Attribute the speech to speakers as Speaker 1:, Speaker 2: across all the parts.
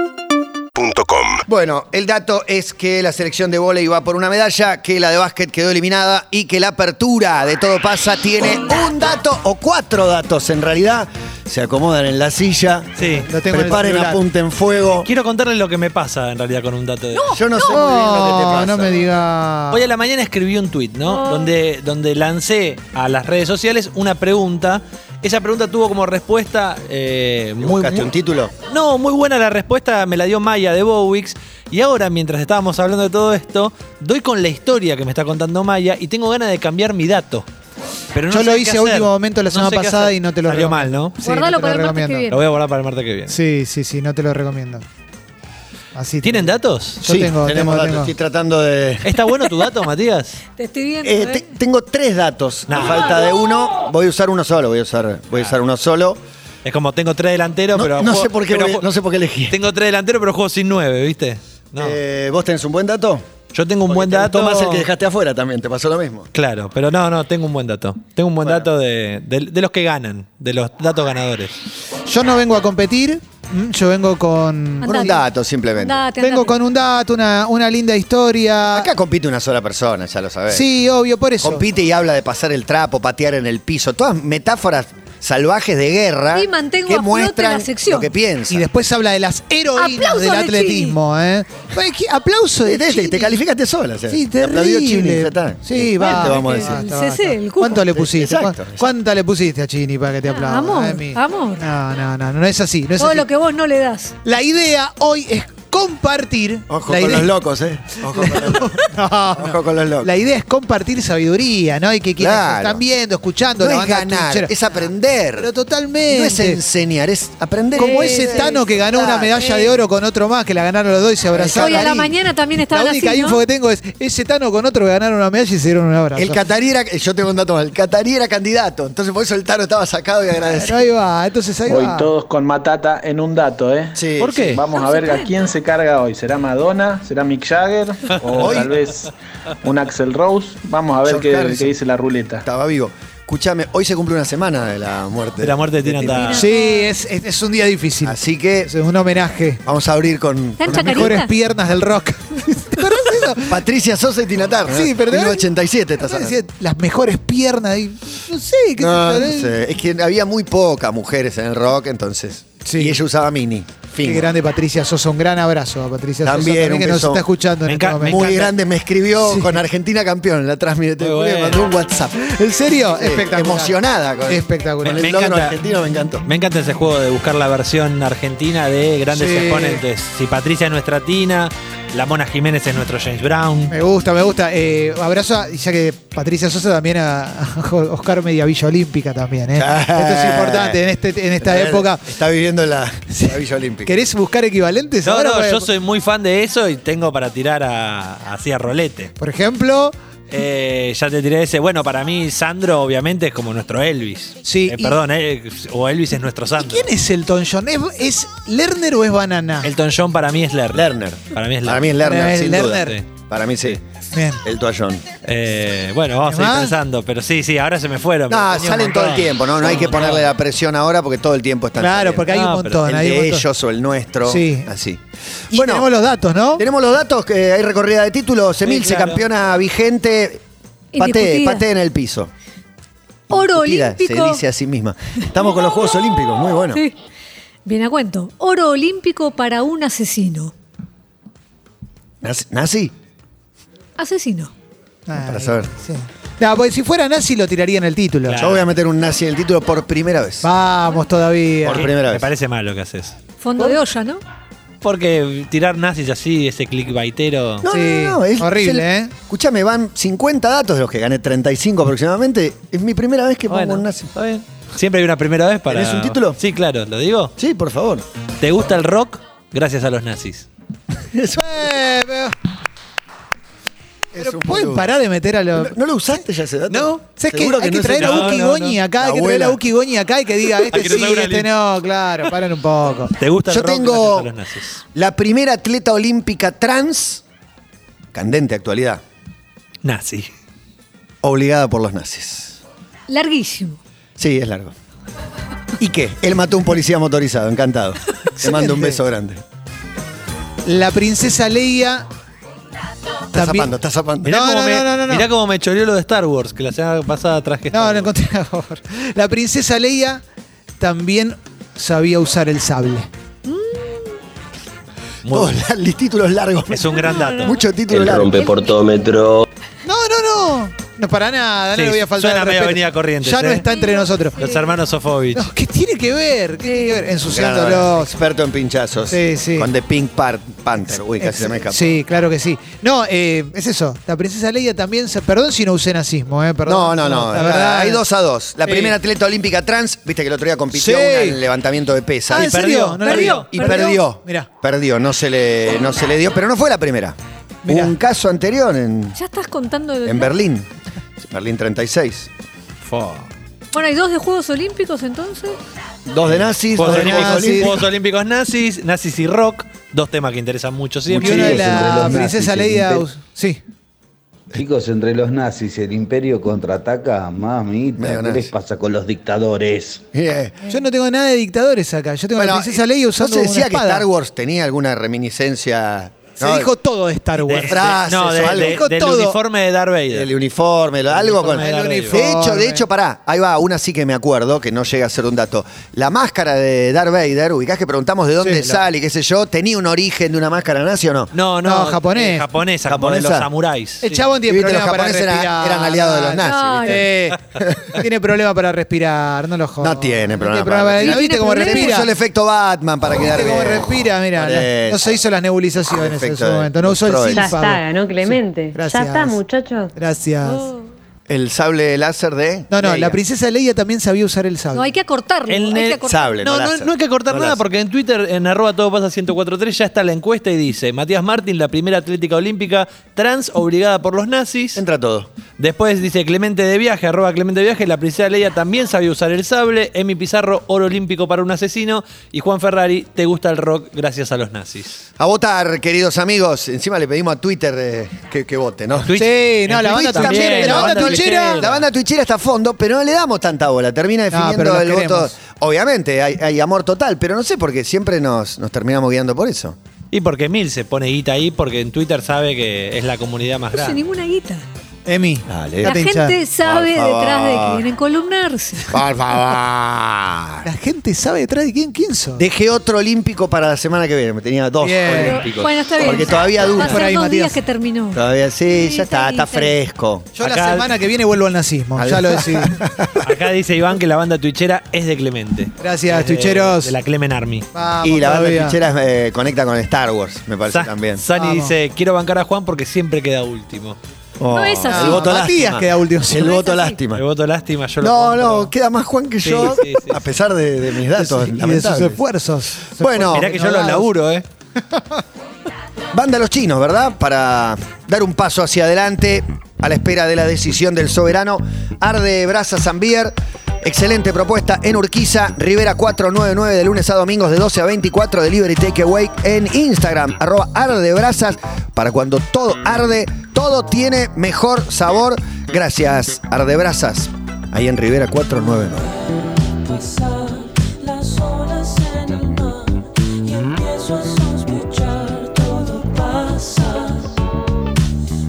Speaker 1: UrbanaPlayFM.com
Speaker 2: Bueno, el dato es que la selección de vóley va por una medalla, que la de básquet quedó eliminada y que la apertura de Todo Pasa tiene un dato o cuatro datos en realidad. Se acomodan en la silla.
Speaker 3: Sí, lo tengo en el
Speaker 2: preparen,
Speaker 3: celular.
Speaker 2: apunten fuego.
Speaker 3: Quiero contarles lo que me pasa en realidad con un dato de.
Speaker 2: Yo no, sé muy bien lo que te pasa.
Speaker 4: no me diga.
Speaker 3: Hoy a la mañana escribí un tuit, ¿no? Donde, donde lancé a las redes sociales una pregunta. Esa pregunta tuvo como respuesta. eh,
Speaker 2: ¿Le
Speaker 3: muy,
Speaker 2: ¿Buscaste
Speaker 3: muy-
Speaker 2: un título?
Speaker 3: No, muy buena la respuesta, me la dio Maya de Bowix. Y ahora, mientras estábamos hablando de todo esto, doy con la historia que me está contando Maya y tengo ganas de cambiar mi dato. Pero no
Speaker 4: Yo
Speaker 3: sé
Speaker 4: lo
Speaker 3: qué
Speaker 4: hice a
Speaker 3: hacer.
Speaker 4: último momento la
Speaker 3: No
Speaker 4: semana
Speaker 3: sé qué
Speaker 4: pasada
Speaker 3: hacer.
Speaker 4: y no te lo
Speaker 3: Salió
Speaker 4: recomiendo.
Speaker 3: mal, ¿no?
Speaker 4: Sí,
Speaker 5: Guardalo
Speaker 4: no te
Speaker 5: para el
Speaker 4: lo
Speaker 5: martes que
Speaker 4: recomiendo.
Speaker 5: viene.
Speaker 3: Lo voy a guardar para el martes que viene.
Speaker 4: Sí, sí, sí, no te lo recomiendo. Así.
Speaker 3: ¿Tienen datos?
Speaker 4: Yo
Speaker 2: tenemos
Speaker 4: tengo, tengo,
Speaker 2: datos.
Speaker 4: tengo.
Speaker 2: Estoy tratando de...
Speaker 3: ¿Está bueno tu dato, Matías?
Speaker 5: Te estoy viendo.
Speaker 2: Eh,
Speaker 5: ¿eh?
Speaker 2: te- tengo tres datos.
Speaker 3: No.
Speaker 2: A falta de uno. Voy a usar uno solo. Voy a usar, voy a usar uno solo.
Speaker 3: Es como tengo tres delanteros,
Speaker 2: No,
Speaker 3: pero.
Speaker 2: no
Speaker 3: juego-
Speaker 2: sé por qué,
Speaker 3: pero
Speaker 2: voy-
Speaker 3: ju-
Speaker 2: no sé por qué elegí.
Speaker 3: Tengo tres delanteros, pero juego sin nueve, ¿viste? No.
Speaker 2: Eh, ¿Vos tenés un buen dato?
Speaker 3: Yo tengo un
Speaker 2: Porque
Speaker 3: buen
Speaker 2: te
Speaker 3: dato.
Speaker 2: gustó más el que dejaste afuera también. Te pasó lo mismo.
Speaker 3: Claro, pero no, no, tengo un buen dato. Tengo un buen
Speaker 2: Bueno.
Speaker 3: dato de, de- de los que ganan, de los datos ganadores.
Speaker 4: Yo no vengo a competir, mm, yo vengo con.
Speaker 5: Andate.
Speaker 2: Con un dato, simplemente.
Speaker 5: Andate,
Speaker 4: Vengo
Speaker 5: andate.
Speaker 4: con un dato, una, una linda historia.
Speaker 2: Acá compite una sola persona, ya lo sabés.
Speaker 4: Sí, obvio, por eso.
Speaker 2: Compite y habla de pasar el trapo, patear en el piso. Todas metáforas salvajes de guerra
Speaker 5: Y mantengo a
Speaker 2: que
Speaker 5: flote
Speaker 2: muestran
Speaker 5: la sección.
Speaker 2: lo que piensa.
Speaker 4: Y después habla de las heroínas
Speaker 5: Aplauso
Speaker 4: del
Speaker 5: de
Speaker 4: atletismo, ¿eh? Bueno, es que Aplauso de
Speaker 2: te, te- te
Speaker 4: Chini.
Speaker 2: calificaste sola. o sea,
Speaker 4: Sí,
Speaker 2: te aplaudió
Speaker 4: terrible.
Speaker 2: Chini, ya está.
Speaker 4: Sí,
Speaker 2: ¿Qué
Speaker 4: va. este
Speaker 2: Te vamos a decir.
Speaker 5: basta, basta. CC, el cupo.
Speaker 4: ¿Cuánto le pusiste? ¿Cuán-
Speaker 2: Exacto.
Speaker 4: ¿Cuánta le pusiste a Chini para que te
Speaker 5: Ah,
Speaker 4: aplauda?
Speaker 5: amor,
Speaker 4: Ay, mi-
Speaker 5: amor.
Speaker 4: No, no, no, no es así. No es
Speaker 5: Todo
Speaker 4: así.
Speaker 5: lo que vos no le das.
Speaker 4: La idea hoy es compartir.
Speaker 2: Ojo
Speaker 4: la
Speaker 2: con
Speaker 4: idea-
Speaker 2: los locos, ¿eh? Ojo con los locos.
Speaker 4: No, no.
Speaker 2: Ojo con los locos.
Speaker 4: La idea es compartir sabiduría, ¿no? Y que quienes
Speaker 2: Claro.
Speaker 4: están viendo, escuchando,
Speaker 2: No
Speaker 4: la
Speaker 2: es
Speaker 4: banda
Speaker 2: ganar,
Speaker 4: trinchera.
Speaker 2: es aprender.
Speaker 4: Pero totalmente.
Speaker 2: No es enseñar, es aprender.
Speaker 4: Como
Speaker 2: Sí,
Speaker 4: ese
Speaker 2: sí,
Speaker 4: Tano que ganó una
Speaker 2: claro.
Speaker 4: medalla de oro con otro más, que la ganaron los dos y se abrazaron.
Speaker 5: Hoy a la
Speaker 4: ahí.
Speaker 5: mañana también
Speaker 4: La
Speaker 5: estaban así.
Speaker 4: única
Speaker 5: ¿no?
Speaker 4: info que tengo es ese Tano con otro que ganaron una medalla y se dieron un abrazo.
Speaker 2: El catarí era, yo tengo un dato más, el catarí era candidato, entonces por eso el Tano estaba sacado y
Speaker 4: Pero
Speaker 2: agradecido.
Speaker 4: ahí va, entonces ahí
Speaker 6: Hoy
Speaker 4: va.
Speaker 6: todos con Matata en un dato, ¿eh?
Speaker 2: Sí,
Speaker 3: ¿Por qué?
Speaker 6: Vamos a
Speaker 5: No se
Speaker 6: ver a
Speaker 5: puede.
Speaker 6: quién se carga hoy. ¿Será Madonna? ¿Será Mick Jagger? ¿O
Speaker 2: Hoy-
Speaker 6: tal vez un Axel Rose? Vamos a ver
Speaker 2: George
Speaker 6: qué,
Speaker 2: Harrison.
Speaker 6: qué dice la ruleta.
Speaker 2: Estaba vivo. Escuchame, hoy se cumple una semana de la muerte.
Speaker 3: De la muerte de Tina Turner.
Speaker 4: Sí, es, es- es un día difícil.
Speaker 2: Así que
Speaker 4: Es un homenaje.
Speaker 2: vamos a abrir con
Speaker 5: ¿Está en
Speaker 4: Las mejores
Speaker 5: chacarita?
Speaker 4: piernas del rock. ¿Te acordás de eso?
Speaker 2: Patricia Sosa y Tina Turner.
Speaker 4: Sí, pero-
Speaker 2: 1987 estás
Speaker 4: Decía,
Speaker 2: hablando.
Speaker 4: las mejores piernas. y- no sé, qué
Speaker 2: No,
Speaker 4: sé yo,
Speaker 2: no
Speaker 4: ¿eh?
Speaker 2: sé. Es que había muy pocas mujeres en el rock, entonces.
Speaker 4: Sí.
Speaker 2: Y ella usaba mini.
Speaker 4: Qué
Speaker 2: Fin.
Speaker 4: grande Patricia Sosa, un gran abrazo a Patricia
Speaker 2: También,
Speaker 4: Sosa,
Speaker 2: un
Speaker 4: que nos
Speaker 2: beso.
Speaker 4: está escuchando en
Speaker 3: Me
Speaker 4: este
Speaker 3: encanta,
Speaker 4: momento.
Speaker 2: Muy
Speaker 3: encanta.
Speaker 2: grande, me escribió
Speaker 4: Sí.
Speaker 2: con Argentina campeón en la transmisión.
Speaker 3: Muy
Speaker 2: Le mandó
Speaker 3: bueno.
Speaker 2: un WhatsApp.
Speaker 4: ¿En serio?
Speaker 2: Sí,
Speaker 4: Espectacular.
Speaker 2: Emocionada con,
Speaker 4: Espectacular.
Speaker 2: con el
Speaker 3: Me
Speaker 2: logro
Speaker 3: encanta.
Speaker 2: argentino, me encantó.
Speaker 3: Me encanta ese juego de buscar la versión argentina de grandes
Speaker 4: Sí.
Speaker 3: exponentes. Si Patricia es nuestra Tina, la Mona Jiménez es nuestro James Brown.
Speaker 4: Me gusta, me gusta. Eh, abrazo, a- ya que Patricia Sosa también a, a Jo- Oscar Mediavilla Olímpica también. ¿eh? Esto es importante en, este, en esta
Speaker 2: Está-
Speaker 4: época.
Speaker 2: Está viviendo la, la Villa Olímpica.
Speaker 4: ¿Querés buscar equivalentes?
Speaker 3: No,
Speaker 4: ahora?
Speaker 3: no,
Speaker 4: Porque-
Speaker 3: yo soy muy fan de eso y tengo para tirar a, así a rolete.
Speaker 4: Por ejemplo,
Speaker 3: Eh, ya te tiré ese. Bueno, para mí Sandro obviamente es como nuestro Elvis.
Speaker 4: Sí,
Speaker 3: Eh,
Speaker 4: y-
Speaker 3: perdón, eh, o Elvis es nuestro Sandro.
Speaker 4: ¿quién es Elton John? ¿Es, es Lerner o es Banana?
Speaker 3: Elton John para mí es Lerner.
Speaker 2: Lerner.
Speaker 3: Para mí es
Speaker 2: Para
Speaker 3: Lerner.
Speaker 2: mí es Lerner,
Speaker 4: Para mí es
Speaker 2: sin
Speaker 4: Lerner.
Speaker 2: duda. Para mí sí.
Speaker 4: Bien.
Speaker 2: El toallón.
Speaker 3: Eh, bueno, vamos a ir
Speaker 4: ¿Más?
Speaker 3: pensando, pero sí, sí, ahora se me fueron. pero
Speaker 2: No,
Speaker 3: tenía un
Speaker 2: Ah, salen todo el
Speaker 3: montón.
Speaker 2: tiempo, ¿no? No hay que ponerle la presión ahora porque todo el tiempo están.
Speaker 4: Claro, porque hay un
Speaker 3: No, pero
Speaker 4: montón.
Speaker 2: el
Speaker 4: hay un
Speaker 2: de
Speaker 4: montón.
Speaker 2: ellos o el nuestro.
Speaker 4: Sí.
Speaker 2: Así.
Speaker 4: Y
Speaker 2: Bueno,
Speaker 4: tenemos los datos, ¿no?
Speaker 2: tenemos los datos, que hay recorrida de títulos. Emilce,
Speaker 3: claro.
Speaker 2: campeona vigente. Patee,
Speaker 5: Indiscutida.
Speaker 2: patee en el piso.
Speaker 5: Oro
Speaker 2: Tira,
Speaker 5: olímpico.
Speaker 2: Se dice a sí misma. Estamos con los Juegos Olímpicos, muy bueno.
Speaker 5: Sí. Bien a cuento. Oro olímpico para un asesino.
Speaker 2: Nazi- ¿Nazi?
Speaker 5: Asesino.
Speaker 4: Ay,
Speaker 2: para saber.
Speaker 4: Ah, sí. No, porque si fuera nazi lo tiraría en el título.
Speaker 3: Claro.
Speaker 2: Yo voy a meter un nazi en el título por primera vez.
Speaker 4: Vamos todavía.
Speaker 2: Por primera
Speaker 3: me
Speaker 2: vez.
Speaker 3: parece mal lo que haces.
Speaker 5: Fondo de olla, ¿no?
Speaker 3: Porque tirar nazis así, ese clickbaitero.
Speaker 2: No,
Speaker 4: Sí,
Speaker 2: no, no, es-
Speaker 4: horrible,
Speaker 2: es el-
Speaker 4: ¿eh?
Speaker 2: Escuchame, van 50 datos de los que gané 35 aproximadamente. Es mi primera vez que pongo
Speaker 3: Bueno,
Speaker 2: un nazi.
Speaker 3: está bien. Siempre hay una primera vez para.
Speaker 2: ¿Tenés un título?
Speaker 3: Sí, claro, lo digo.
Speaker 2: Sí, por favor.
Speaker 3: ¿Te gusta el rock? Gracias a los nazis.
Speaker 4: Eh, pero-
Speaker 2: Es un
Speaker 4: ¿Pueden
Speaker 2: boludo.
Speaker 4: parar de meter a los.?
Speaker 2: ¿No, no lo usaste ya ese dato?
Speaker 4: ¿No? ¿Sabes qué?
Speaker 2: Seguro
Speaker 4: Hay que,
Speaker 2: no es
Speaker 4: traer
Speaker 2: el-
Speaker 4: a
Speaker 3: No,
Speaker 4: Uki
Speaker 3: no,
Speaker 4: Goñi
Speaker 3: no.
Speaker 4: acá, hay
Speaker 2: La
Speaker 4: que traer a
Speaker 2: abuela.
Speaker 4: Uki Goñi acá y que diga
Speaker 3: Hay
Speaker 4: este
Speaker 3: que nos
Speaker 4: sí,
Speaker 3: haga una
Speaker 4: este
Speaker 3: lista.
Speaker 4: no, claro, paren un poco.
Speaker 3: ¿Te gusta el
Speaker 2: Yo
Speaker 3: rock?
Speaker 2: tengo
Speaker 3: Gracias a los nazis.
Speaker 2: la primera atleta olímpica trans, candente actualidad,
Speaker 3: Nazi.
Speaker 2: obligada por los nazis.
Speaker 5: Larguísimo.
Speaker 2: Sí, es largo. ¿Y qué? Él mató a un policía motorizado, encantado. Te mando un
Speaker 4: Excelente.
Speaker 2: beso grande.
Speaker 4: La princesa Leia.
Speaker 2: Está zapando, está zapando.
Speaker 3: Mirá,
Speaker 4: No,
Speaker 3: cómo
Speaker 4: no,
Speaker 3: me,
Speaker 4: no, no, no, no.
Speaker 3: mirá cómo me choreó lo de Star Wars, que la semana pasada traje.
Speaker 4: No,
Speaker 3: Star Wars.
Speaker 4: no encontré mejor. La princesa Leia también sabía usar el sable.
Speaker 3: Muy
Speaker 2: Todos
Speaker 3: bien.
Speaker 2: la- li- títulos largos.
Speaker 3: Es un gran dato.
Speaker 2: Mucho título
Speaker 1: El
Speaker 2: largo.
Speaker 1: rompeportómetro.
Speaker 4: No, no, no. No, para nada, no
Speaker 3: Sí,
Speaker 4: le voy a faltar.
Speaker 3: suena
Speaker 4: el
Speaker 3: medio
Speaker 4: respeto.
Speaker 3: Avenida Corrientes,
Speaker 4: Ya no
Speaker 3: ¿eh?
Speaker 4: está entre nosotros.
Speaker 3: Los hermanos Sofovich.
Speaker 4: No, ¿Qué tiene que ver? ¿Qué tiene que ver?
Speaker 2: Ganador,
Speaker 4: Ensuciándolos.
Speaker 2: Experto en pinchazos.
Speaker 4: Sí, sí.
Speaker 2: Con The Pink Par- Panther. Uy, casi se me escapó.
Speaker 4: Sí, claro que sí. No, eh, es eso. La princesa Leia también. se- perdón si no usé nazismo, ¿eh?
Speaker 2: No,
Speaker 4: Perdón.
Speaker 2: no, no.
Speaker 4: La verdad.
Speaker 2: Hay dos a dos. La
Speaker 4: Sí.
Speaker 2: primera atleta olímpica trans, viste que el otro día compitió
Speaker 4: Sí.
Speaker 2: una en levantamiento de pesas.
Speaker 4: Ah,
Speaker 2: Y
Speaker 4: ¿en
Speaker 2: per-
Speaker 4: serio?
Speaker 3: perdió,
Speaker 4: No la vi.
Speaker 3: perdió.
Speaker 2: y perdió.
Speaker 4: Mirá.
Speaker 2: Perdió, no se le, no se le dio, pero no fue la primera.
Speaker 4: Mirá.
Speaker 2: Un caso anterior en,
Speaker 5: Ya estás contando. de
Speaker 2: en Berlín. Berlín 36.
Speaker 3: Fo.
Speaker 5: Bueno, hay dos de Juegos Olímpicos entonces.
Speaker 2: Dos de nazis, dos
Speaker 3: Juegos
Speaker 2: de
Speaker 3: Olímpicos,
Speaker 2: nazis.
Speaker 3: Juegos Olímpicos nazis, nazis y rock, dos temas que interesan mucho
Speaker 4: Y
Speaker 3: siempre.
Speaker 4: una de
Speaker 7: Muchísimo, entre
Speaker 4: la
Speaker 7: los
Speaker 4: princesa
Speaker 7: nazis, el
Speaker 4: Leia.
Speaker 7: imperio.
Speaker 4: us- Sí.
Speaker 7: Chicos, entre los nazis, el imperio contraataca,
Speaker 2: Medio
Speaker 7: mamita, ¿qué
Speaker 2: nazi.
Speaker 7: les pasa con los dictadores?
Speaker 2: Yeah.
Speaker 4: Yo no tengo nada de dictadores acá. Yo tengo a Eh, la
Speaker 2: Bueno,
Speaker 4: princesa Leia
Speaker 2: ¿no
Speaker 4: usando
Speaker 2: se decía
Speaker 4: una
Speaker 2: que
Speaker 4: espada.
Speaker 2: Star Wars tenía alguna reminiscencia?
Speaker 4: Se
Speaker 2: ¿no?
Speaker 4: dijo todo de Star
Speaker 3: De-
Speaker 4: Wars.
Speaker 3: de-
Speaker 2: frases
Speaker 3: no,
Speaker 2: o
Speaker 3: de-
Speaker 2: algo.
Speaker 3: de-
Speaker 4: Dijo
Speaker 3: del
Speaker 4: todo.
Speaker 3: uniforme de Darth Vader.
Speaker 2: El uniforme, lo- algo con
Speaker 3: uniforme de
Speaker 2: De
Speaker 3: Darth
Speaker 4: Vader.
Speaker 2: hecho, de hecho, pará, ahí va una sí que me acuerdo, que no llega a ser un dato. La máscara de Darth Vader, ubicás que preguntamos de dónde
Speaker 4: Sí, la-
Speaker 2: sale, qué sé yo, ¿tenía un origen de una máscara nazi o no?
Speaker 3: No, no,
Speaker 4: No, japonés.
Speaker 3: eh, japonesa, como de los
Speaker 2: Japonesa.
Speaker 3: samuráis.
Speaker 4: El
Speaker 3: Sí.
Speaker 4: chabón tiene
Speaker 2: Y viste, los
Speaker 4: problemas para
Speaker 2: japoneses
Speaker 4: respirar.
Speaker 2: eran- eran aliados de los
Speaker 4: dale.
Speaker 5: nazis,
Speaker 4: Eh, tiene problema para respirar, no lo jodas.
Speaker 2: No tiene problema.
Speaker 4: para
Speaker 2: para-
Speaker 4: respirar.
Speaker 5: No
Speaker 4: ¿Viste
Speaker 5: tiene
Speaker 4: cómo
Speaker 5: problema.
Speaker 2: Le
Speaker 4: respira?
Speaker 2: puso el efecto Batman para quedar
Speaker 4: ¿Viste cómo
Speaker 2: bien.
Speaker 4: respira? Mira,
Speaker 2: Por
Speaker 4: no,
Speaker 2: eso.
Speaker 4: no se hizo las nebulizaciones
Speaker 2: Efecto
Speaker 4: en su
Speaker 2: de-
Speaker 4: momento. No usó el
Speaker 2: Ya
Speaker 8: Ya
Speaker 4: sílfago.
Speaker 8: está, ganó Clemente.
Speaker 4: Gracias.
Speaker 8: Ya está, muchachos.
Speaker 2: Ah,
Speaker 4: Gracias.
Speaker 5: Oh.
Speaker 2: El sable láser de.
Speaker 4: No, no,
Speaker 2: Leia.
Speaker 4: la princesa Leia también sabía usar el sable.
Speaker 5: No, hay que acortarlo.
Speaker 3: En
Speaker 5: hay
Speaker 3: el
Speaker 5: que acortarlo.
Speaker 2: Sable,
Speaker 3: No, no,
Speaker 2: láser.
Speaker 3: no hay que cortar
Speaker 2: No
Speaker 3: nada
Speaker 2: láser.
Speaker 3: porque en Twitter, en arroba todo pasa 1043, ya está la encuesta y dice, Matías Martín, la primera atlética olímpica trans obligada por los nazis.
Speaker 2: Entra todo.
Speaker 3: Después dice Clemente de Viaje, arroba Clemente de Viaje, la princesa Leia también sabía usar el sable, Emi Pizarro, oro olímpico para un asesino, y Juan Ferrari, te gusta el rock gracias a los nazis.
Speaker 2: A votar, queridos amigos. Encima le pedimos a Twitter eh, que, que vote, ¿no?
Speaker 3: Twitch-
Speaker 4: Sí, no,
Speaker 3: en
Speaker 4: la
Speaker 3: Twitch
Speaker 4: banda
Speaker 3: también,
Speaker 4: tuichera, la banda tuichera.
Speaker 2: La banda tuichera está a fondo, pero no le damos tanta bola. Termina definiendo
Speaker 4: pero los
Speaker 2: el voto.
Speaker 4: queremos.
Speaker 2: Obviamente, hay, hay amor total, pero no sé por qué siempre nos, nos terminamos guiando por eso.
Speaker 3: Y porque Mil se pone guita ahí porque en Twitter sabe que es la comunidad más
Speaker 5: No sé
Speaker 3: grande.
Speaker 5: ninguna guita.
Speaker 4: Emi,
Speaker 2: Dale.
Speaker 5: La
Speaker 4: Déjate hinchar.
Speaker 5: gente sabe
Speaker 2: Eh, Por favor.
Speaker 5: detrás de que vienen columnarse.
Speaker 2: Por favor.
Speaker 4: la gente sabe detrás de quién, quién sos.
Speaker 2: Dejé otro olímpico para la semana que viene. Tenía dos
Speaker 4: Bien.
Speaker 2: olímpicos.
Speaker 5: Bueno, está bien.
Speaker 2: Porque todavía
Speaker 5: Va
Speaker 2: dura.
Speaker 5: a ser
Speaker 4: Por ahí,
Speaker 5: dos
Speaker 4: Matías.
Speaker 5: días que terminó.
Speaker 2: Todavía sí,
Speaker 5: Sí,
Speaker 2: ya está,
Speaker 5: sí,
Speaker 2: está
Speaker 5: sí.
Speaker 2: fresco.
Speaker 4: Yo
Speaker 3: Acá-
Speaker 4: la semana que viene vuelvo al nazismo, ya lo decidí.
Speaker 3: Acá dice Iván que la banda tuichera es de Clemente.
Speaker 4: Gracias,
Speaker 3: Es de-
Speaker 4: tuicheros.
Speaker 3: De la Clemen Army.
Speaker 4: Vamos
Speaker 2: y la banda
Speaker 4: todavía.
Speaker 2: tuichera eh, conecta con Star Wars, me parece
Speaker 3: Sa-
Speaker 2: también.
Speaker 3: Sani
Speaker 4: Vamos.
Speaker 3: dice, quiero bancar a Juan porque siempre queda último.
Speaker 2: Oh.
Speaker 5: No es así.
Speaker 2: El voto
Speaker 4: Ah, Matías
Speaker 2: lástima.
Speaker 4: queda último.
Speaker 2: El
Speaker 5: No es
Speaker 2: voto
Speaker 5: así.
Speaker 2: lástima.
Speaker 3: El voto lástima, yo lo
Speaker 2: No,
Speaker 3: compro.
Speaker 2: no, queda más Juan que
Speaker 3: Sí,
Speaker 2: yo,
Speaker 3: sí, sí,
Speaker 2: a
Speaker 3: sí.
Speaker 2: pesar de, de mis datos.
Speaker 4: Y de sus
Speaker 2: lamentables.
Speaker 4: esfuerzos.
Speaker 2: Bueno,
Speaker 3: Mirá que yo los
Speaker 4: dados.
Speaker 3: laburo, ¿eh?
Speaker 2: banda los chinos, ¿verdad? Para dar un paso hacia adelante a la espera de la decisión del soberano. Arde Brasa Zambier. Excelente propuesta en Urquiza, Rivera 499 de lunes a domingos de 12 a 24 Delivery Takeaway en Instagram, arroba ardebrasas, para cuando todo arde, todo tiene mejor sabor. Gracias, Ardebrasas, ahí en Rivera 499.
Speaker 9: pasar las horas en el mar y empiezo a sospechar todo pasa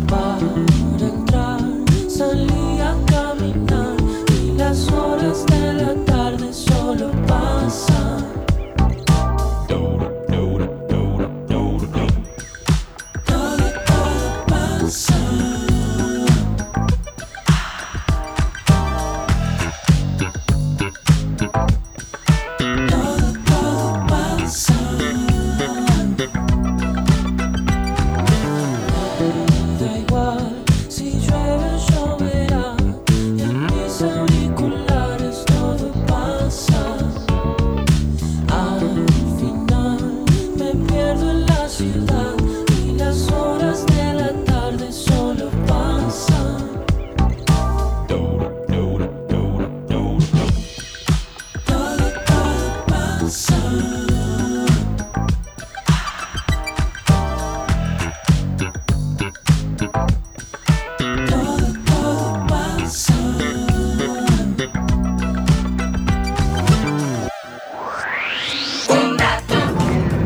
Speaker 9: para entrar salí a caminar y las horas de la tarde solo pasan todo todo pasa